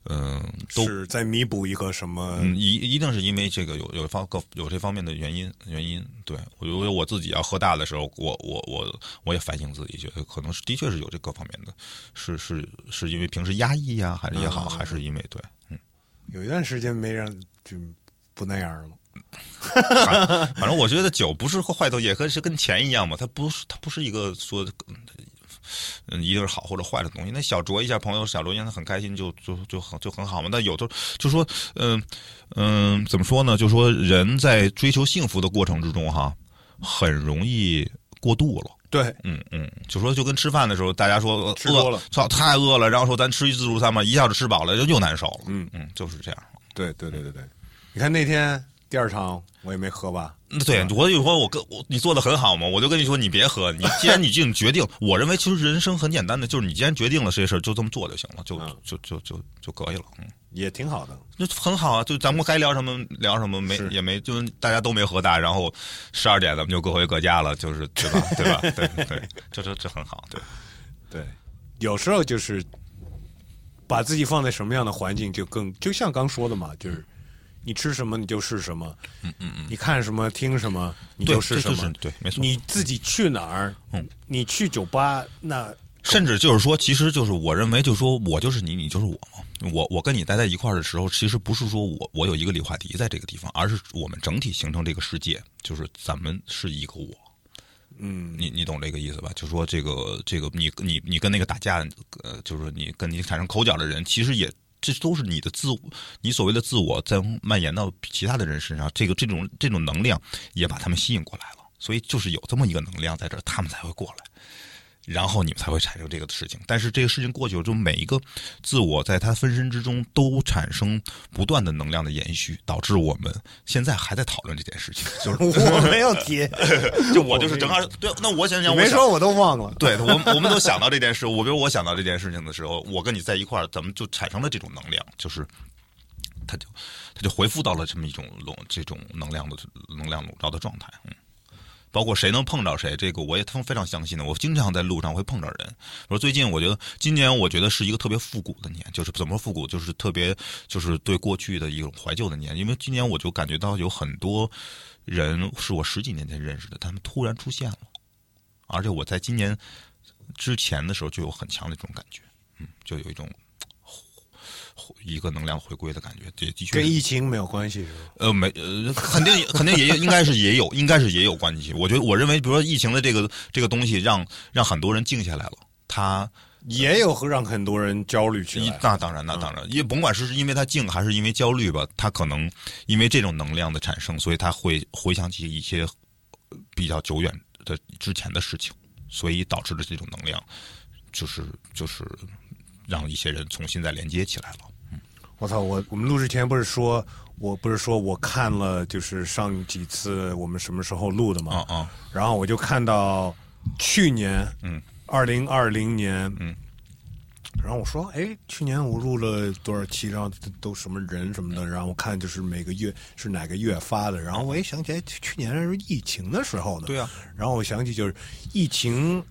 嗯、都
是在弥补一个什么？
嗯一一定是因为这个有有方各有这方面的原因原因。对我觉得我自己要喝大的时候，我我我我也反省自己，觉得可能是的确是有这各方面的，是是是因为平时压抑呀、还是也好，
嗯
还是因为对。
有一段时间没让就不那样了。
反反正我觉得酒不是坏东西，也跟是跟钱一样嘛，它不是它不是一个说，嗯，一定是好或者坏的东西。那小酌一下，朋友小酌一下，他很开心，就就就很就很好嘛。但有的就说，嗯、嗯、怎么说呢？就说人在追求幸福的过程之中，哈，很容易过度了。
对，
嗯嗯，就说就跟吃饭的时候，大家说呃
吃多
饿
了
操太饿了，然后说咱吃一自助餐吧，一下子吃饱了就又难受了。
嗯
嗯，就是这样。
对，对，对，对，对。你看那天第二场我也没喝吧？
那对，我就说我跟我你做的很好嘛，我就跟你说你别喝，你既然你已经决定，我认为其实人生很简单的，就是你既然决定了这事儿，就这么做就行了，就
嗯
就就就就可以了，嗯，
也挺好的。
那很好啊，就咱们该聊什么聊什么，没
是
也没就是大家都没喝大，然后十二点咱们就各回各家了，就是对吧？对吧？对对，这这这很好，对，
对，有时候就是把自己放在什么样的环境，就更就像刚说的嘛，就是你吃什么你就是什么，嗯嗯嗯，你看什么听什么你
对
就是什
这就是
么，
对没错
你自己去哪儿，
嗯，
你去酒吧那
甚至就是说，其实就是我认为，就是说我就是你，你就是我嘛。我我跟你待在一块儿的时候，其实不是说我我有一个李化迪在这个地方，而是我们整体形成这个世界，就是咱们是一个我。嗯，你你懂这个意思吧？就说这个这个你你你跟那个打架，呃，就是你跟你产生口角的人，其实也这都是你的自我，你所谓的自我在蔓延到其他的人身上，这个这种这种能量也把他们吸引过来了，所以就是有这么一个能量在这儿，他们才会过来。然后你们才会产生这个事情。但是这个事情过去了之后，每一个自我在它分身之中都产生不断的能量的延续，导致我们现在还在讨论这件事情。 就是
我没有提，
就我就是正好对，那我想想，
你
我
没
想
说我都忘了，
对我，我们都想到这件事。我比如我想到这件事情的时候，我跟你在一块儿，咱们就产生了这种能量，就是它就它就回复到了这么一种笼这种能量的能量笼罩的状态。嗯，包括谁能碰到谁，这个我也非非常相信的。我经常在路上会碰到人。我说最近我觉得今年我觉得是一个特别复古的年，就是怎么说复古，就是特别就是对过去的一种怀旧的年，因为今年我就感觉到有很多人是我十几年前认识的，他们突然出现了。而且我在今年之前的时候就有很强的这种感觉，嗯，就有一种呼呼一个能量回归的感觉，也的确
跟
是
疫情没有关系是吧？
呃没呃肯定肯定也应该是也有应该是也有关系。我觉得我认为，比如说疫情的这个这个东西让，让很多人静下来了。他
也有让很多人焦虑起
一
来，嗯
那当然那当然，也甭管是因为他静还是因为焦虑吧，他可能因为这种能量的产生，所以他会回想起一些比较久远的之前的事情，所以导致了这种能量，就是就是让一些人重新再连接起来了。
我操！我我们录之前不是说，我不是说我看了就是上几次我们什么时候录的
啊
嘛，
啊，
然后我就看到去年，嗯，二零二零年，嗯，然后我说，哎，去年我录了多少期，然后都都什么人什么
嗯
的，然后我看就是每个月是哪个月发的，然后我也想起来去年是疫情的时候的，
对啊，
然后我想起就是疫情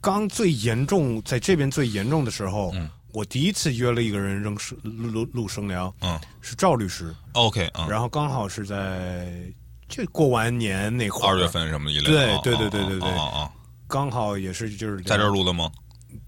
刚最严重，在这边最严重的时候，
嗯
我第一次约了一个人扔声录录录声聊，
嗯
是赵律师，
，OK，嗯，
然后刚好是在就过完年那会儿，
二月份什么一类的，啊
对对对对对对
啊啊，
刚好也是就是
在这儿录的吗？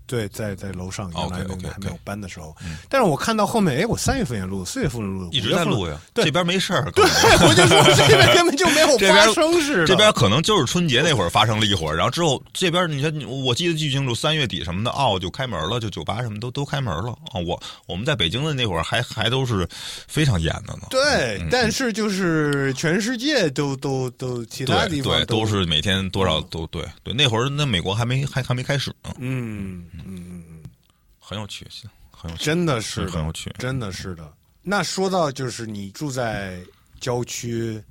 对，在在楼上原来那
OK，OK，OK
个还没有搬的时候，但是我看到后面，哎，我三月份也录，四月份录，
嗯一
五
直
月
在
份
录呀，
对
这边没事儿，可能
我就说这边根本就没有
这
发
边
生似的。
这边可能就是春节那会儿发生了一会儿，然后之后这边你看，我记得记清楚，三月底什么的，哦，就开门了，就酒吧什么都都开门了啊、我我们在北京的那会儿还还都是非常严的呢，
对，但是就是全世界都都都嗯其他
对
地
对
方，
都是每天多少都对对，那会儿那美国还没还还没开始呢，
嗯嗯，
很有趣，很有趣，
真的是的
很有趣
真的是的。那说到就是你住在郊区，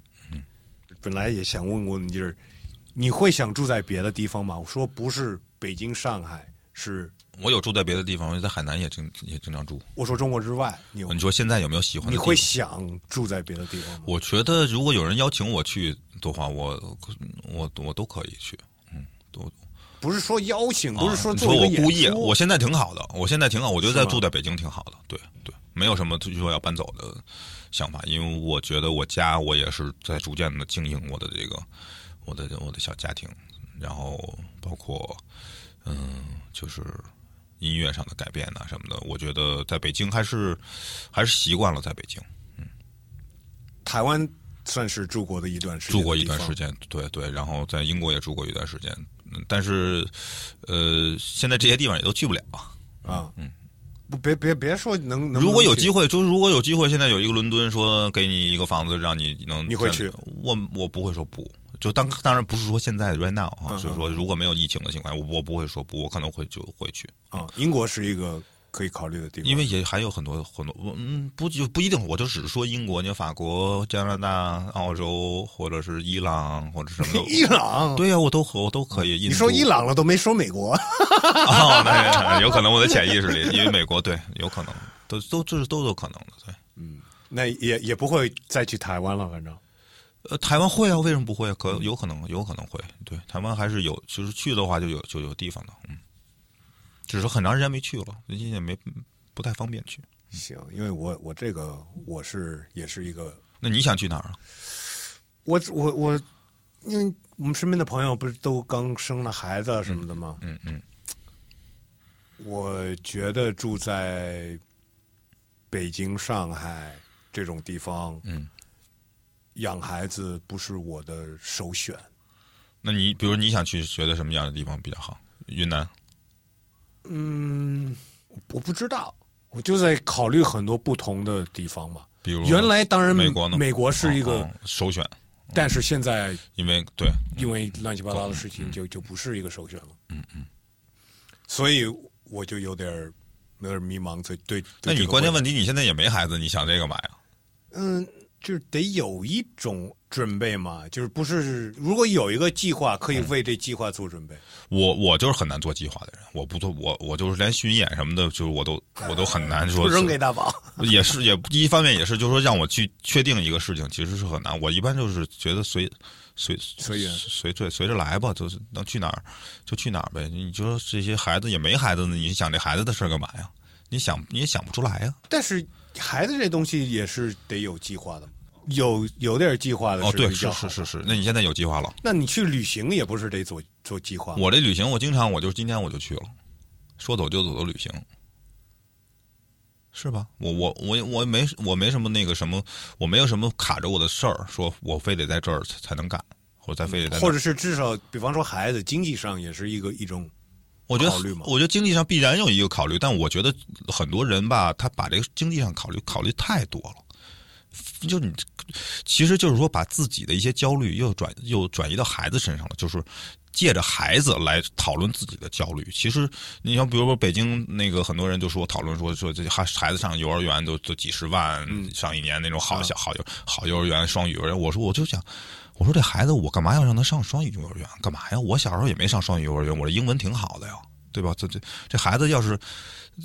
本来也想问问你，就是你会想住在别的地方吗？我说不是北京、上海，是
我有住在别的地方，我在海南也经也经常住。
我说中国之外，你有
哦你说现在有没有喜欢的？
你会想住在别的地方吗？
我觉得如果有人邀请我去的话，我我我都可以去，嗯，都
不是说邀请，不是
啊你
做一
我
个
故意，
演出
我现在挺好的，我现在挺好，我觉得
是
在
吗
住在北京挺好的，对对，没有什么就说要搬走的想法，因为我觉得我家我也是在逐渐的经营我的这个我的我的小家庭，然后包括嗯，就是音乐上的改变呐、什么的，我觉得在北京还是还是习惯了在北京。
台湾算是住过的一段时间，
住过一段时。间，对对，然后在英国也住过一段时间，嗯但是，呃，现在这些地方也都去不了。
啊，嗯，不，别别别说能，能
如果有
能去
机会，就是如果有机会，现在有一个伦敦说给你一个房子，让你能，
你会去？
我我不会说不，就当当然不是说现在 right now 啊，
嗯
就是说如果没有疫情的情况下，我我不会说不，我可能会就会去，
啊，英国是一个可以考虑的地方，
因为也还有很多很多，我嗯，不就不一定，我就只是说英国，你看法国、加拿大、澳洲或者是伊朗或者什么
伊
的，
朗，
对呀、我都和我都可以。
你
印
说
度
伊朗了都没说美国，
哦，那有可能我的潜意识里，因为美国对，有可能都都这是都有可能的，对。
那也也不会再去台湾了，反正
呃，台湾会啊，为什么不会啊？可有可能，有可能会。对，台湾还是有，就是去的话就有就有地方的，嗯。只是很长时间没去了，最近也没不太方便去。
行，因为我我这个我是也是一个，
那你想去哪儿啊？
我我我，因为我们身边的朋友不是都刚生了孩子什么的吗？
嗯嗯，
我觉得住在北京、上海这种地方，
嗯，
养孩子不是我的首选。
那你比如你想去觉得什么样的地方比较好？云南
嗯，我不知道，我就在考虑很多不同的地方嘛。
比如
原来当然
嗯美国呢
美国是一个，
哦哦首选，
但是现在
因为对
因为乱七八糟的事
嗯
情就，就不是一个首选了。嗯嗯，所以我就有点儿有点儿迷茫。对对，对
那
这
你
个
关键
问
问题，你现在也没孩子，你想这啊干嘛呀？
嗯，就是得有一种准备嘛，就是不是如果有一个计划，可以为这计划做准备。
嗯我我就是很难做计划的人，我不做我我就是连巡演什么的，就是我都我都很难说
扔给大宝，
也是也一方面也是，就是说让我去确定一个事情，其实是很难。我一般就是觉得随随
随缘
随随随着来吧，就是能去哪儿就去哪儿呗。你就说这些孩子也没孩子呢，你想这孩子的事儿干嘛呀？你想你也想不出来呀。
但是孩子这东西也是得有计划的，有有点计划的
哦，对，
呃比较
是
好
是是是。那你现在有计划了？
那你去旅行也不是得做做计划吗，
我这旅行，我经常我就是今天我就去了，说走就走的旅行，是吧？我我我我没我没什么那个什么，我没有什么卡着我的事儿，说我非得在这儿才能干，或者才非得在那儿
或者是至少，比方说孩子经济上也是一个一种
我觉得
考虑吗
我觉得经济上必然有一个考虑，但我觉得很多人吧，他把这个经济上考虑考虑太多了。就你，其实就是说，把自己的一些焦虑又转又转移到孩子身上了，就是借着孩子来讨论自己的焦虑。其实，你像比如说北京那个很多人就说讨论说说这孩孩子上幼儿园都都几十万，
嗯
上一年那种
啊
好小好幼好幼儿园双语幼儿园，我说我就想，我说这孩子我干嘛要让他上双语幼儿园？干嘛呀？我小时候也没上双语幼儿园，我这英文挺好的呀。对吧？这这这孩子要是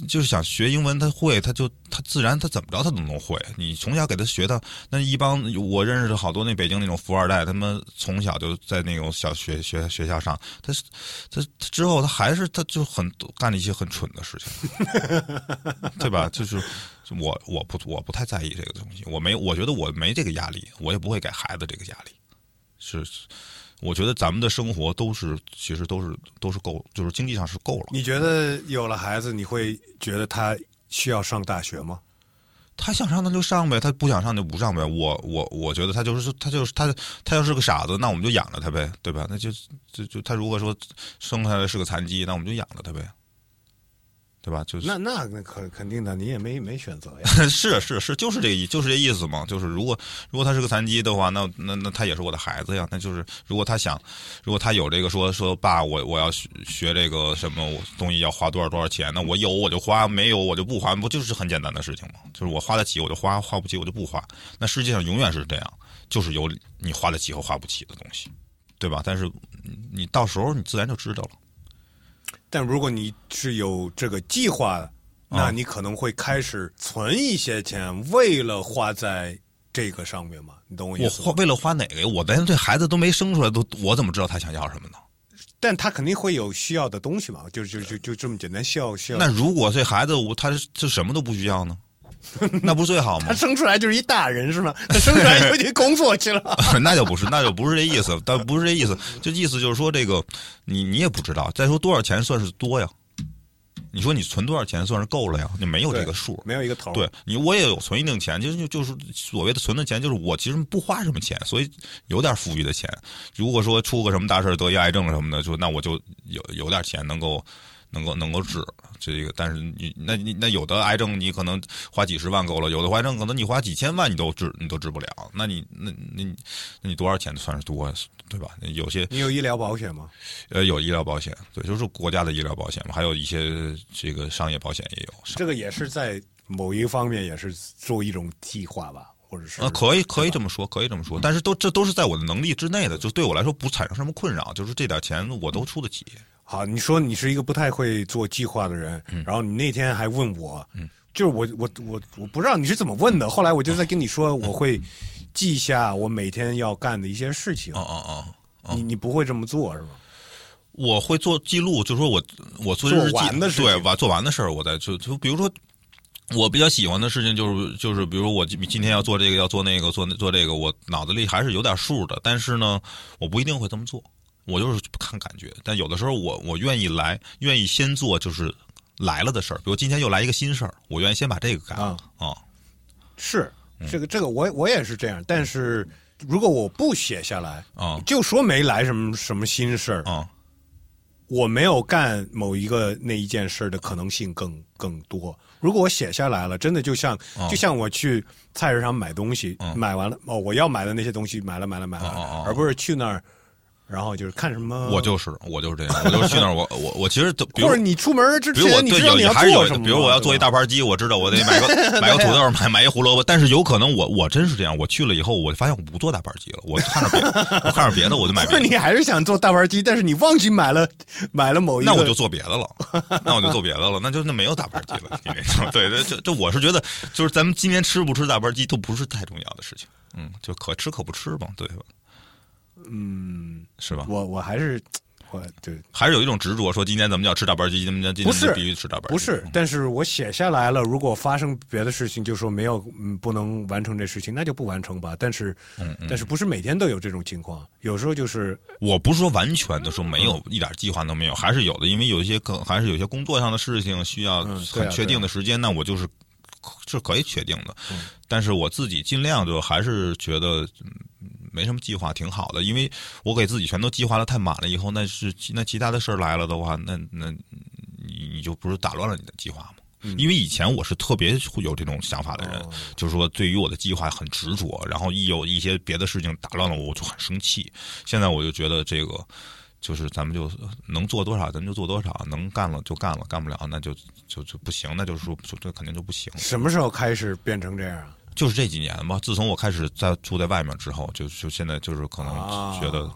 就是想学英文，他会，他就他自然他怎么着他都能会。你从小给他学到那一帮，我认识的好多那北京那种富二代，他们从小就在那种小学学学校上，他是他他之后他还是他就很干了一些很蠢的事情，对吧？就是我我不我不太在意这个东西，我没我觉得我没这个压力，我也不会给孩子这个压力，是。是我觉得咱们的生活都是其实都是都是够，就是经济上是够了。
你觉得有了孩子，你会觉得他需要上大学吗？
他想上他就上呗，他不想上就不上呗。我我我觉得他就是他就是他他要是个傻子，那我们就养着他呗，对吧？那就就就他如果说生下来是个残疾，那我们就养着他呗，对吧？就是
那那那肯肯定的，你也没没选择呀。
是啊是是，就是这个意，就是这意思嘛。就是如果如果他是个残疾的话，那那那他也是我的孩子呀。那就是如果他想，如果他有这个说说爸，我我要学学这个什么东西要花多少多少钱，那我有我就花，没有我就不花，不就是很简单的事情吗？就是我花得起我就花，花不起我就不花。那世界上永远是这样，就是有你花得起和花不起的东西，对吧？但是你到时候你自然就知道了。
但如果你是有这个计划的，那
啊
你可能会开始存一些钱，为了花在这个上面嘛？你懂我意
我
思
花
吗？
为了花哪个呀？我连这孩子都没生出来，都我怎么知道他想要什么呢？
但他肯定会有需要的东西嘛，就就就就这么简单，需要需要。
那如果这孩子我他是这什么都不需要呢？那不是最好吗
他？生出来就是一大人是吗？ 他生出来就去工作去 了。
那就不是，那就不是这意思，但不是这意思，就意思就是说，这个你你也不知道。再说多少钱算是多呀？你说你存多少钱算是够了呀？你没有这个数。
没有一个头儿。
对你，我也有存一定钱，就是就就是所谓的存的钱，就是我其实不花什么钱，所以有点富裕的钱。如果说出个什么大事儿得一癌症什么的，就那我就有有点钱能够能够能够治这个。但是你那你那有的癌症你可能花几十万够了，有的癌症可能你花几千万你都治你都治不了。那你那那你那你多少钱算是多呀，对吧？有些
你有医疗保险吗？
呃有医疗保险，对，就是国家的医疗保险嘛，还有一些这个商业保险也有。
这个也是在某一方面也是做一种计划吧，或者是
啊，可以，可以这么说，可以这么说，但是都这都是在我的能力之内的，就对我来说不产生什么困扰，就是这点钱我都出得起。
好，你说你是一个不太会做计划的人，
嗯
然后你那天还问我，就是我我我我不知道你是怎么问的，后来我就在跟你说我会记下我每天要干的一些事情，
哦哦
嗯
哦，
你你不会这么做是吗？
我会做记录，就说我我做日
做完
记，
的事情
对，完做完的事儿，我再就就比如说。我比较喜欢的事情就是就是，比如我今今天要做这个，要做那个，做那做这个，我脑子里还是有点数的，但是呢，我不一定会这么做，我就是看感觉。但有的时候我我愿意来，愿意先做就是来了的事儿，比如今天又来一个新事儿，我愿意先把这个干了啊、
是
嗯
这个这个我我也是这样，但是如果我不写下来，
啊
就说没来什么什么新事儿，
啊！
我没有干某一个那一件事儿的可能性更更多。如果我写下来了，真的就像、
啊
就像我去菜市场买东西，
嗯
买完了哦，我要买的那些东西买了买了买了，
哦哦
而不是去那儿，然后就是看什么，
我就是我就是这样，我就是去那儿，我我我其实都，比如
或者你出门之
比如我
前你
对
知道
有
你要
还是有
做什，么，
比如我要做一
对吧
大盘鸡，我知道我得买个 买个土豆，买买一胡萝卜，但是有可能我我真是这样，我去了以后，我发现我不做大盘鸡了，我看着别我看着别的我就买
或
别
者
的，
你还是想做大盘鸡，但是你忘记买了买了某一个，
那我就做别的了，那我就做别的了，那就那没有大盘鸡了，你这种对，这这这我是觉得就是咱们今天吃不吃大盘鸡都不是太重要的事情，嗯，就可吃可不吃吧，对吧？嗯，是吧？
我我还是我对
还是有一种执着，说今天咱们要吃大盘鸡，今天今
不是
天必须吃大盘鸡，
不是，但是我写下来了。如果发生别的事情，就说没有，嗯，不能完成这事情，那就不完成吧。但是，
嗯
但是不是每天都有这种情况？有时候就是
我不是说完全的说没有一点计划都没有，还是有的，因为有一些可还是有一些工作上的事情需要
嗯对啊嗯
很确定的时间，那我就是是可以确定的。但是我自己尽量就还是觉得嗯没什么计划，挺好的，因为我给自己全都计划的太满了，以后那是那其他的事儿来了的话，那那你你就不是打乱了你的计划吗？
嗯
因为以前我是特别会有这种想法的人，
哦
就是说对于我的计划很执着，然后一有一些别的事情打乱了我，我就很生气。现在我就觉得这个就是咱们就能做多少咱们就做多少，能干了就干了，干不了那就就就不行，那就是说就这肯定就不行。
什么时候开始变成这样啊？
就是这几年吧，自从我开始在住在外面之后，就就现在就是可能
啊
觉得。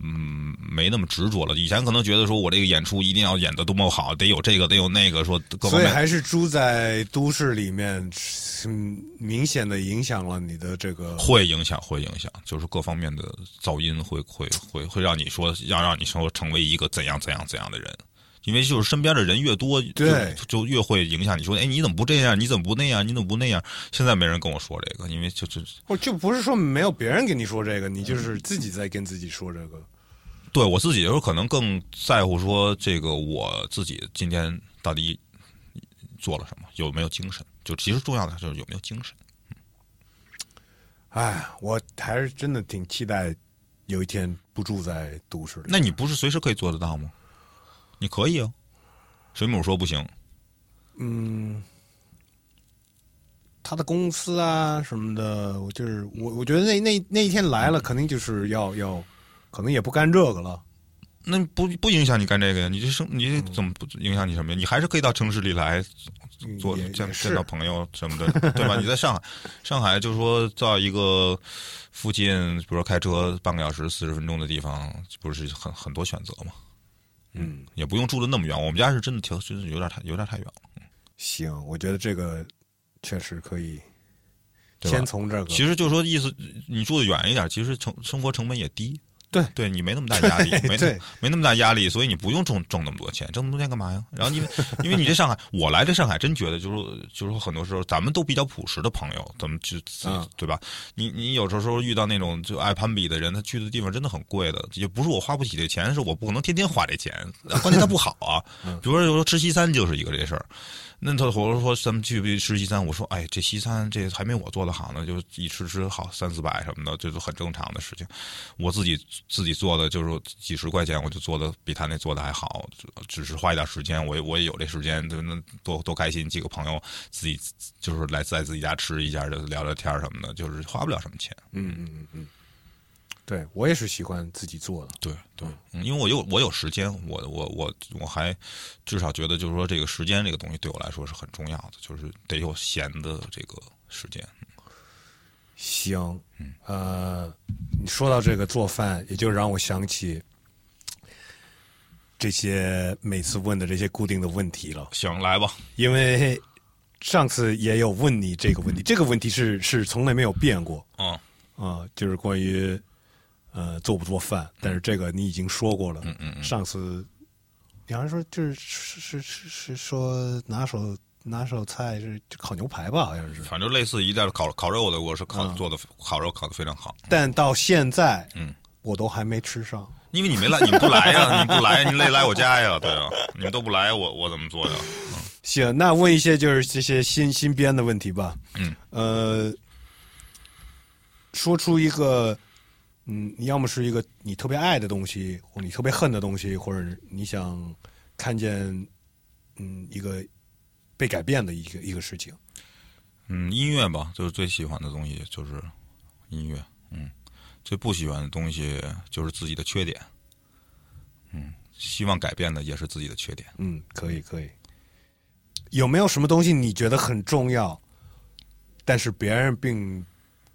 嗯，没那么执着了。以前可能觉得说我这个演出一定要演得多么好，得有这个，得有那个，说各方
所以
面
还是住在都市里面，嗯，明显的影响了你的这个。
会影响，会影响，就是各方面的噪音会会会会让你说要让你说成为一个怎样怎样怎样的人，因为就是身边的人越多，就
对
就越会影响你说，哎，你怎么不这样？你怎么不那样？你怎么不那样？现在没人跟我说这个，因为就就
或哦就不是说没有别人跟你说这个，你就是自己在跟自己说这个。
对我自己有时候可能更在乎说这个我自己今天到底做了什么，有没有精神？就其实重要的就是有没有精神。
哎，我还是真的挺期待有一天不住在都市里。
那你不是随时可以做得到吗？你可以啊。水母说不行，
嗯他的公司啊什么的，我就是我，我觉得那那那一天来了，肯定就是要要，可能也不干这个了。
那不不影响你干这个呀？你这生你
嗯
这怎么不影响你什么呀？你还是可以到城市里来做
也
见
也
见
是
到朋友什么的，对吧？你在上海，上海就是说到一个附近，比如说开车半个小时、四十分钟的地方，不是很很多选择嘛？嗯，也不用住的那么远。我们家是真的挺，真是有点太有点太远了。
行，我觉得这个确实可以，
对吧
先从这个。
其实就是说意思，你住的远一点，其实成生活成本也低。
对
对你没那么大压力，没
对
没那么大压力，所以你不用挣挣那么多钱，挣那么多钱干嘛呀？ 然后因为因为你这上海，我来这上海真觉得就是说就是说很多时候咱们都比较朴实的朋友，咱们就、
嗯
对吧？你你有时候遇到那种就爱攀比的人，他去的地方真的很贵的，也不是我花不起这钱，是我不可能天天花这钱，关键他不好啊。比如说有时候吃西餐就是一个这事儿，那他我说咱们去吃西餐，我说哎，这西餐这还没我做的好呢，就一吃吃好三四百什么的，这都很正常的事情。我自己自己做的就是几十块钱，我就做的比他那做的还好，只只是花一点时间，我也我也有这时间，就那多多开心，几个朋友自己就是来在自己家吃一下，就聊聊天儿什么的，就是花不了什么钱。
嗯嗯嗯嗯，对我也是喜欢自己做的。
对对，嗯因为我有我有时间，我我我我还至少觉得就是说这个时间这个东西对我来说是很重要的，就是得有闲的这个时间。
行，
嗯
呃，你说到这个做饭，也就让我想起这些每次问的这些固定的问题了，
行，来吧，
因为上次也有问你这个问题，这个问题是是从来没有变过
嗯
啊、就是关于呃做不做饭，但是这个你已经说过了，嗯嗯上次你好像说就是是是是是说拿手拿手菜是烤牛排吧，好像是，
反正类似一袋烤烤肉的，我是烤、
嗯
做的烤肉烤的非常好。
但到现在
嗯。
我都还没吃上。
因为你没来，你们不来 呀，你们不来，你得来我家呀，对啊，你们都不来，我我怎么做呀？
行，那问一些就是这些新新编的问题吧。
嗯，
呃，说出一个，嗯，你要么是一个你特别爱的东西，或你特别恨的东西，或者你想看见，嗯，一个被改变的一个一个事情。
嗯，音乐吧，就是最喜欢的东西就是音乐，嗯，最不喜欢的东西就是自己的缺点，嗯，希望改变的也是自己的缺点。
嗯，可以可以。有没有什么东西你觉得很重要，但是别人并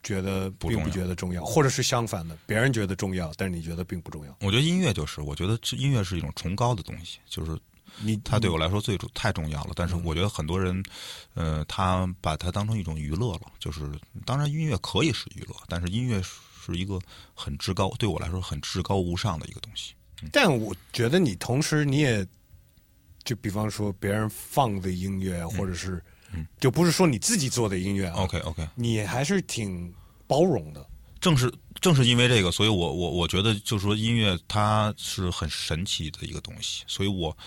觉得
不
并
重
不
要
觉得重要，或者是相反的，别人觉得重要，但是你觉得并不重要？
我觉得音乐就是，我觉得这音乐是一种崇高的东西，就是
你
它对我来说最主太重要了。但
嗯
是我觉得很多人，呃，他把它当成一种娱乐了。就是当然音乐可以是娱乐，但是音乐是一个很至高，对我来说很至高无上的一个东西。
但我觉得你同时你也，就比方说别人放的音乐，
嗯
或者是，就不是说你自己做的音乐啊，
OK OK，
你还是挺包容的。
正是正是因为这个，所以我我我觉得就是说音乐它是很神奇的一个东西，所以我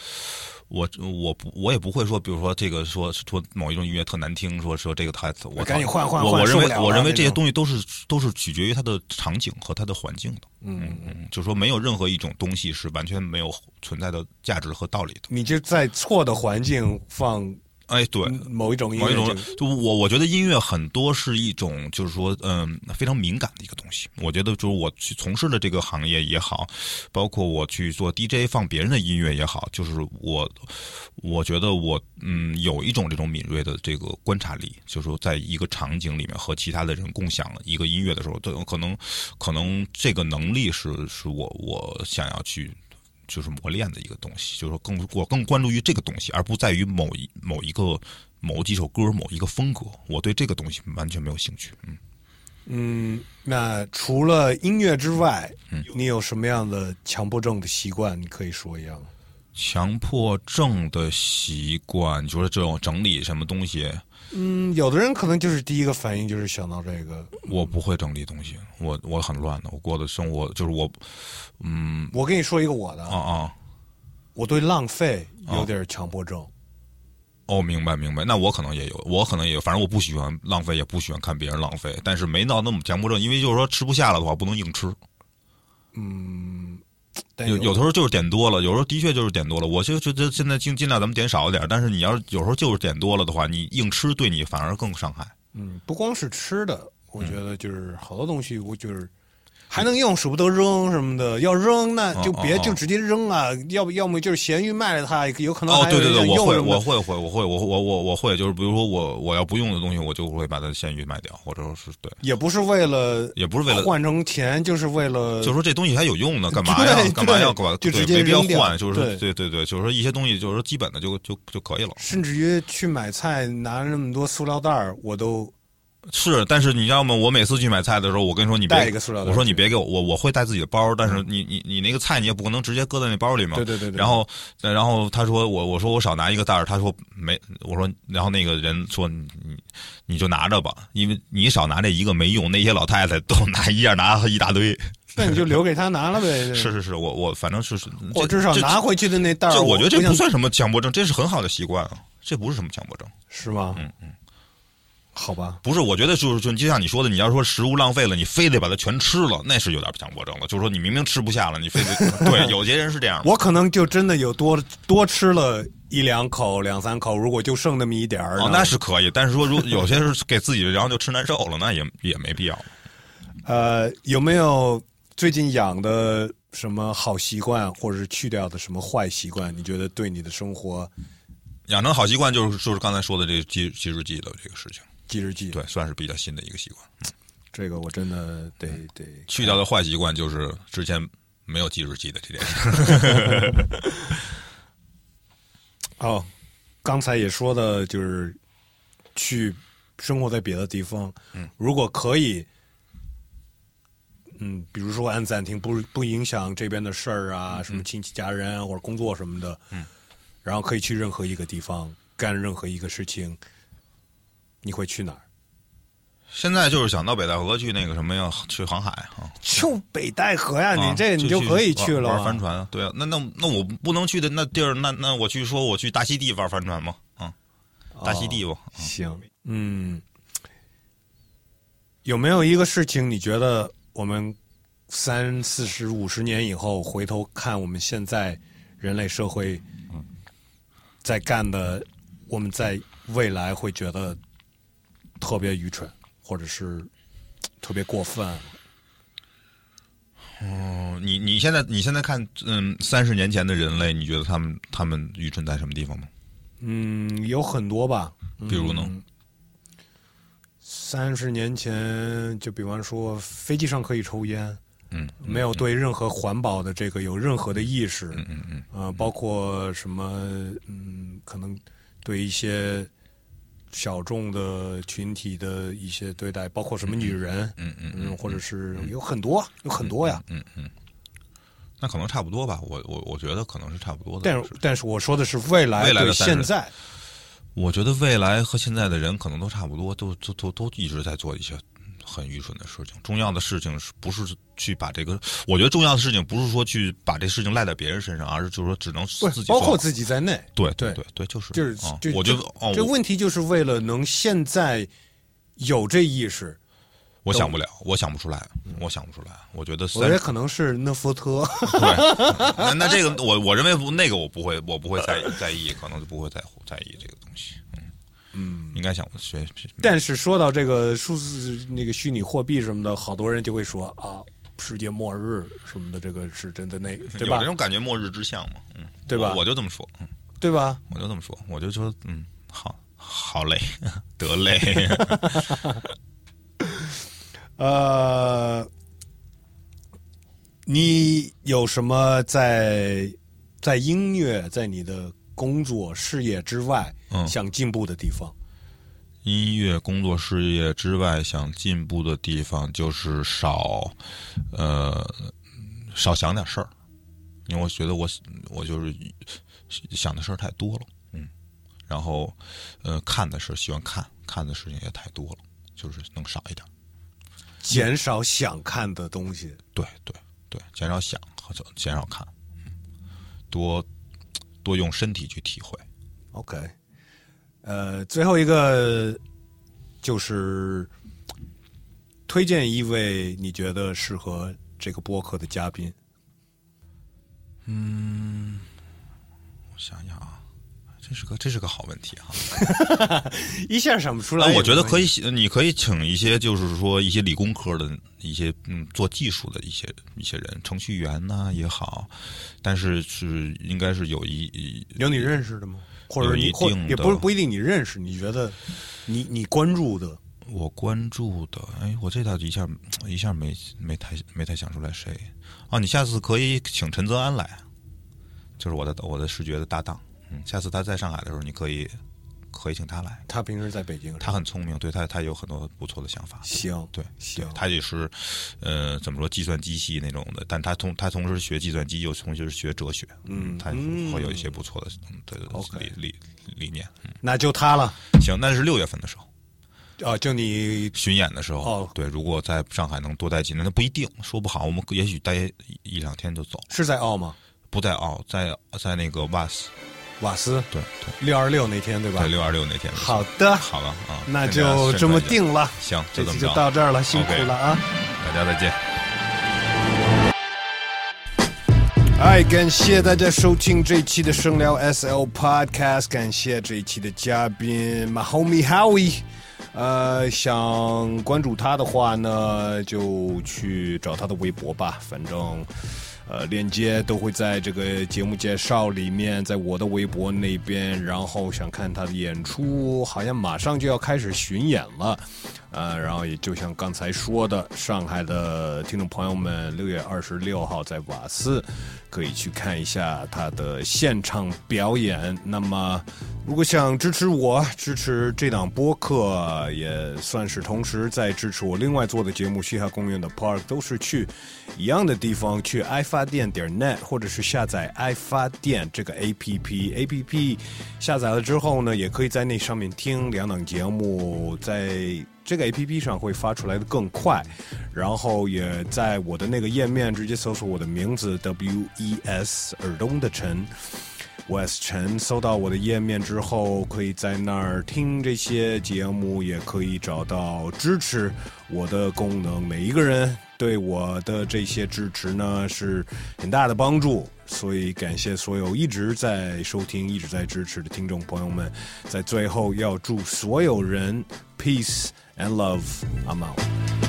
我我不我也不会说，比如说这个说说某一种音乐特难听，说说这个它我
赶紧换换
我
换
我认
受不
为
了了
我认为
那
这些
种
东西都是都是取决于它的场景和它的环境的，嗯嗯，就是说没有任何一种东西是完全没有存在的价值和道理的，
你就在错的环境放
哎，对，
某一种音
某一种
乐，就，
就我我觉得音乐很多是一种，就是说，嗯，非常敏感的一个东西。我觉得就是我去从事的这个行业也好，包括我去做 DJ 放别人的音乐也好，就是我，我觉得我嗯有一种这种敏锐的这个观察力，就是说在一个场景里面和其他的人共享一个音乐的时候，都有可能可能这个能力是是我我想要去就是磨练的一个东西，就是说更我更关注于这个东西，而不在于某一某一个某几首歌、某一个风格。我对这个东西完全没有兴趣。嗯，
嗯，那除
嗯
了音乐之外，你有什么样的强迫症的习惯？你可以说一样吗。
强迫症的习惯，你说这种整理什么东西，
嗯，有的人可能就是第一个反应就是想到这个。
我不会整理东西，我我很乱的，我过的生活就是我，嗯，
我跟你说一个我的，
啊啊，
我对浪费有点强迫症。
哦，明白明白，那我可能也有，我可能也有，反正我不喜欢浪费，也不喜欢看别人浪费，但是没到那么强迫症，因为就是说吃不下了的话，不能硬吃，
嗯但
有有的时候就是点多了，有时候的确就是点多了。我就觉得现在尽尽量咱们点少一点，但是你要是有时候就是点多了的话，你硬吃对你反而更伤害。
嗯，不光是吃的，我觉得就是好多东西，我
嗯
就是还能用，舍不得扔什么的。要扔那就别
嗯嗯
就直接扔啊，要不要么就是咸鱼卖了它，有可能
哦，
还有
对对
人
对，
想
我
用
会
什么
我
的
会会我会我我我我会，就是比如说我我要不用的东西，我就会把它闲鱼卖掉，或者说是对，
也不是为了
也不是为了。
换成钱，就是为了
就是说这东西还有用呢，干嘛
对
呀？
对
干嘛要干嘛？
就直
对
接
没必要
扔掉
换。就是说
对
对对对，就是说一些东西，就是说基本的就就就可以了。
甚至于去买菜拿那么多塑料袋儿，我都
是，但是你知道吗？我每次去买菜的时候，我跟你说你别
带一个塑料袋
我说你别给我，我我会带自己的包，但是你你你那个菜你也不可能直接搁在那包里嘛。
嗯对对对对
然后呃然后他说我我说我少拿一个袋儿，他说没，我说然后那个人说你你你就拿着吧，因为你少拿这一个没用，那些老太太都拿一样拿一大堆。
那你就留给他拿了呗。
是，是是，我我反正是是，
我
这
至少
这
拿回去的那袋儿，
这我觉得这
想
不算什么强迫症，这是很好的习惯啊，这不是什么强迫症。
是吗？嗯嗯，好吧，
不是，我觉得就是就就像你说的，你要说食物浪费了，你非得把它全吃了，那是有点强迫症了。就是说你明明吃不下了，你 非得对，有些人是这样的。
我可能就真的有多多吃了一两口、两三口，如果就剩那么一点儿，
哦，
然后
那是可以，但是说如果有些是给自己，然后就吃难受了，那也也没必要。
呃，有没有最近养的什么好习惯，或者是去掉的什么坏习惯？你觉得对你的生活
养成好习惯就是就是刚才说的这个记记日记的这个事情，
记日记？
对，算是比较新的一个习惯。
这个我真的得得
去掉的坏习惯就是之 前没有记日记的这件事。
哦，刚才也说的就是去生活在别的地方，嗯，如果可以，嗯，比如说按暂停，不不影响这边的事儿啊，什么亲戚家人啊或者工作什么的，嗯，然后可以去任何一个地方干任何一个事情，你会去哪儿？
现在就是想到北戴河去那个什么呀，去航海啊。
就北戴河呀，
啊
你这你就可以去了
玩
啊
玩帆船啊。对啊，那那那我不能去的那地儿，那那我去说我去大溪地玩帆船吗？啊，大溪
哦
地吧。
行，嗯，有没有一个事情你觉得我们三四十五十年以后回头看我们现在人类社会在干的，我们在未来会觉得特别愚蠢，或者是特别过分？
嗯，你你现在你现在看，嗯，三十年前的人类，你觉得他们他们愚蠢在什么地方吗？
嗯，有很多吧。嗯
比如呢？
三十年前，就比方说飞机上可以抽烟，
嗯，
没有对任何环保的这个有任何的意识，嗯嗯嗯，呃，包括什么，嗯，可能对一些小众的群体的一些对待，包括什么女人，嗯嗯或者是有很多，有很多呀。
那可能差不多吧。我我我觉得可能是差不多的。
但
是
但是我说的是未来
未来的
对
30
现在，
我觉得未来和现在的人可能都差不多，都都都都一直在做一些很愚蠢的事情。重要的事情是不是去把这个？我觉得重要的事情不是说去把这事情赖在别人身上，而是就是说只能
不
自
是
己做
包
好
括自己在内，
对
对
对对，就是
就是
啊
就
我觉得哦，
这
我
问题就是为了能现在有这意识，
我想不了，我想不出来，我想不出来。我觉
嗯
得
我觉
三
得
十
可能是那福特。
对，那那这个我我认为不那个我不会，我不会在意在意，可能就不会在乎在意这个东西。嗯嗯，应该想学学
但是说到这个数字那个虚拟货币什么的，好多人就会说啊，世界末日什么的，这个是真的那 对
有
吧
这？种感觉，末日之象嘛，嗯，
对吧
我我就这么说，嗯，
对吧？
我就这么说，我就说，嗯，好，好嘞， 得嘞，
呃，你有什么在在音乐在你的工作事业之外、
嗯
想进步的地方？
音乐工作事业之外，想进步的地方就是少，呃，少想点事儿，因为我觉得我我就是想的事儿太多了，嗯，然后呃看的是喜欢看看的事情也太多了，就是弄少一点。
减少想看的东西。
对对对，减少想和减少看，嗯，多多用身体去体会。
OK，呃，最后一个就是推荐一位你觉得适合这个播客的嘉宾。
嗯，我想想啊，这是个这是个好问题哈、
一下想不出来
但
有没有，
呃我觉得可以，你可以请一些，就是说一些理工科的一些，嗯，做技术的一些一些人，程序员呐、也好，但是是应该是有一
有你认识的吗？或者
有
你
一
或
定
也
的
不是不一定你认识，你觉得你你关注的
我关注的，哎，我这倒一下一下没没太没太想出来谁啊，你下次可以请陈泽安来，就是我的我的视觉的搭档，嗯，下次他在上海的时候，你可以可以请他来，
他平时在北京是吧，
他很聪明，对他他有很多不错的想法，
行
对，
行
他也是，呃，怎么说，计算机系那种的，但他同他同时学计算机，又同时学哲学，
嗯
他
嗯
会有一些不错的的
OK
理理理念。
那就他了
行，那是六月份的时候
啊，就你
巡演的时候，
哦
对，如果在上海能多待几天，那不一定，说不好，我们也许待一一两天就走了，
是在澳吗？
不在澳，在在那个 VAS，
瓦斯
对对，
六二六那天对吧
在？六二六那天。
好，的，
好了啊，
那
跟大家
就
宣
这么
传一下，
定了，
行，
这
就这
期就
么着，
到这儿了，辛苦
OK
了啊！
大家再见。
哎，感谢大家收听这一期的声聊 SL Podcast，感谢这一期的嘉宾 My Homie Howie。呃，想关注他的话呢，就去找他的微博吧，反正。呃，链接都会在这个节目介绍里面，在我的微博那边。然后想看他的演出，好像马上就要开始巡演了。呃，然后也就像刚才说的，上海的听众朋友们，六月二十六号在瓦斯可以去看一下他的现场表演。那么，如果想支持我，支持这档播客，也算是同时在支持我另外做的节目《嘻哈公园》的 Park，都是去一样的地方，去 i 发电点 net，或者是下载 i 发电这个 APP。APP 下载了之后呢，也可以在那上面听两档节目，在。这个 A P P 上会发出来的更快，然后也在我的那个页面直接搜索我的名字 W E S 耳东的陈。West 陈搜到我的页面之后，可以在那儿听这些节目，也可以找到支持我的功能。每一个人对我的这些支持呢，是很大的帮助。所以感谢所有一直在收听、一直在支持的听众朋友们。在最后，要祝所有人 peace and love。I'm out。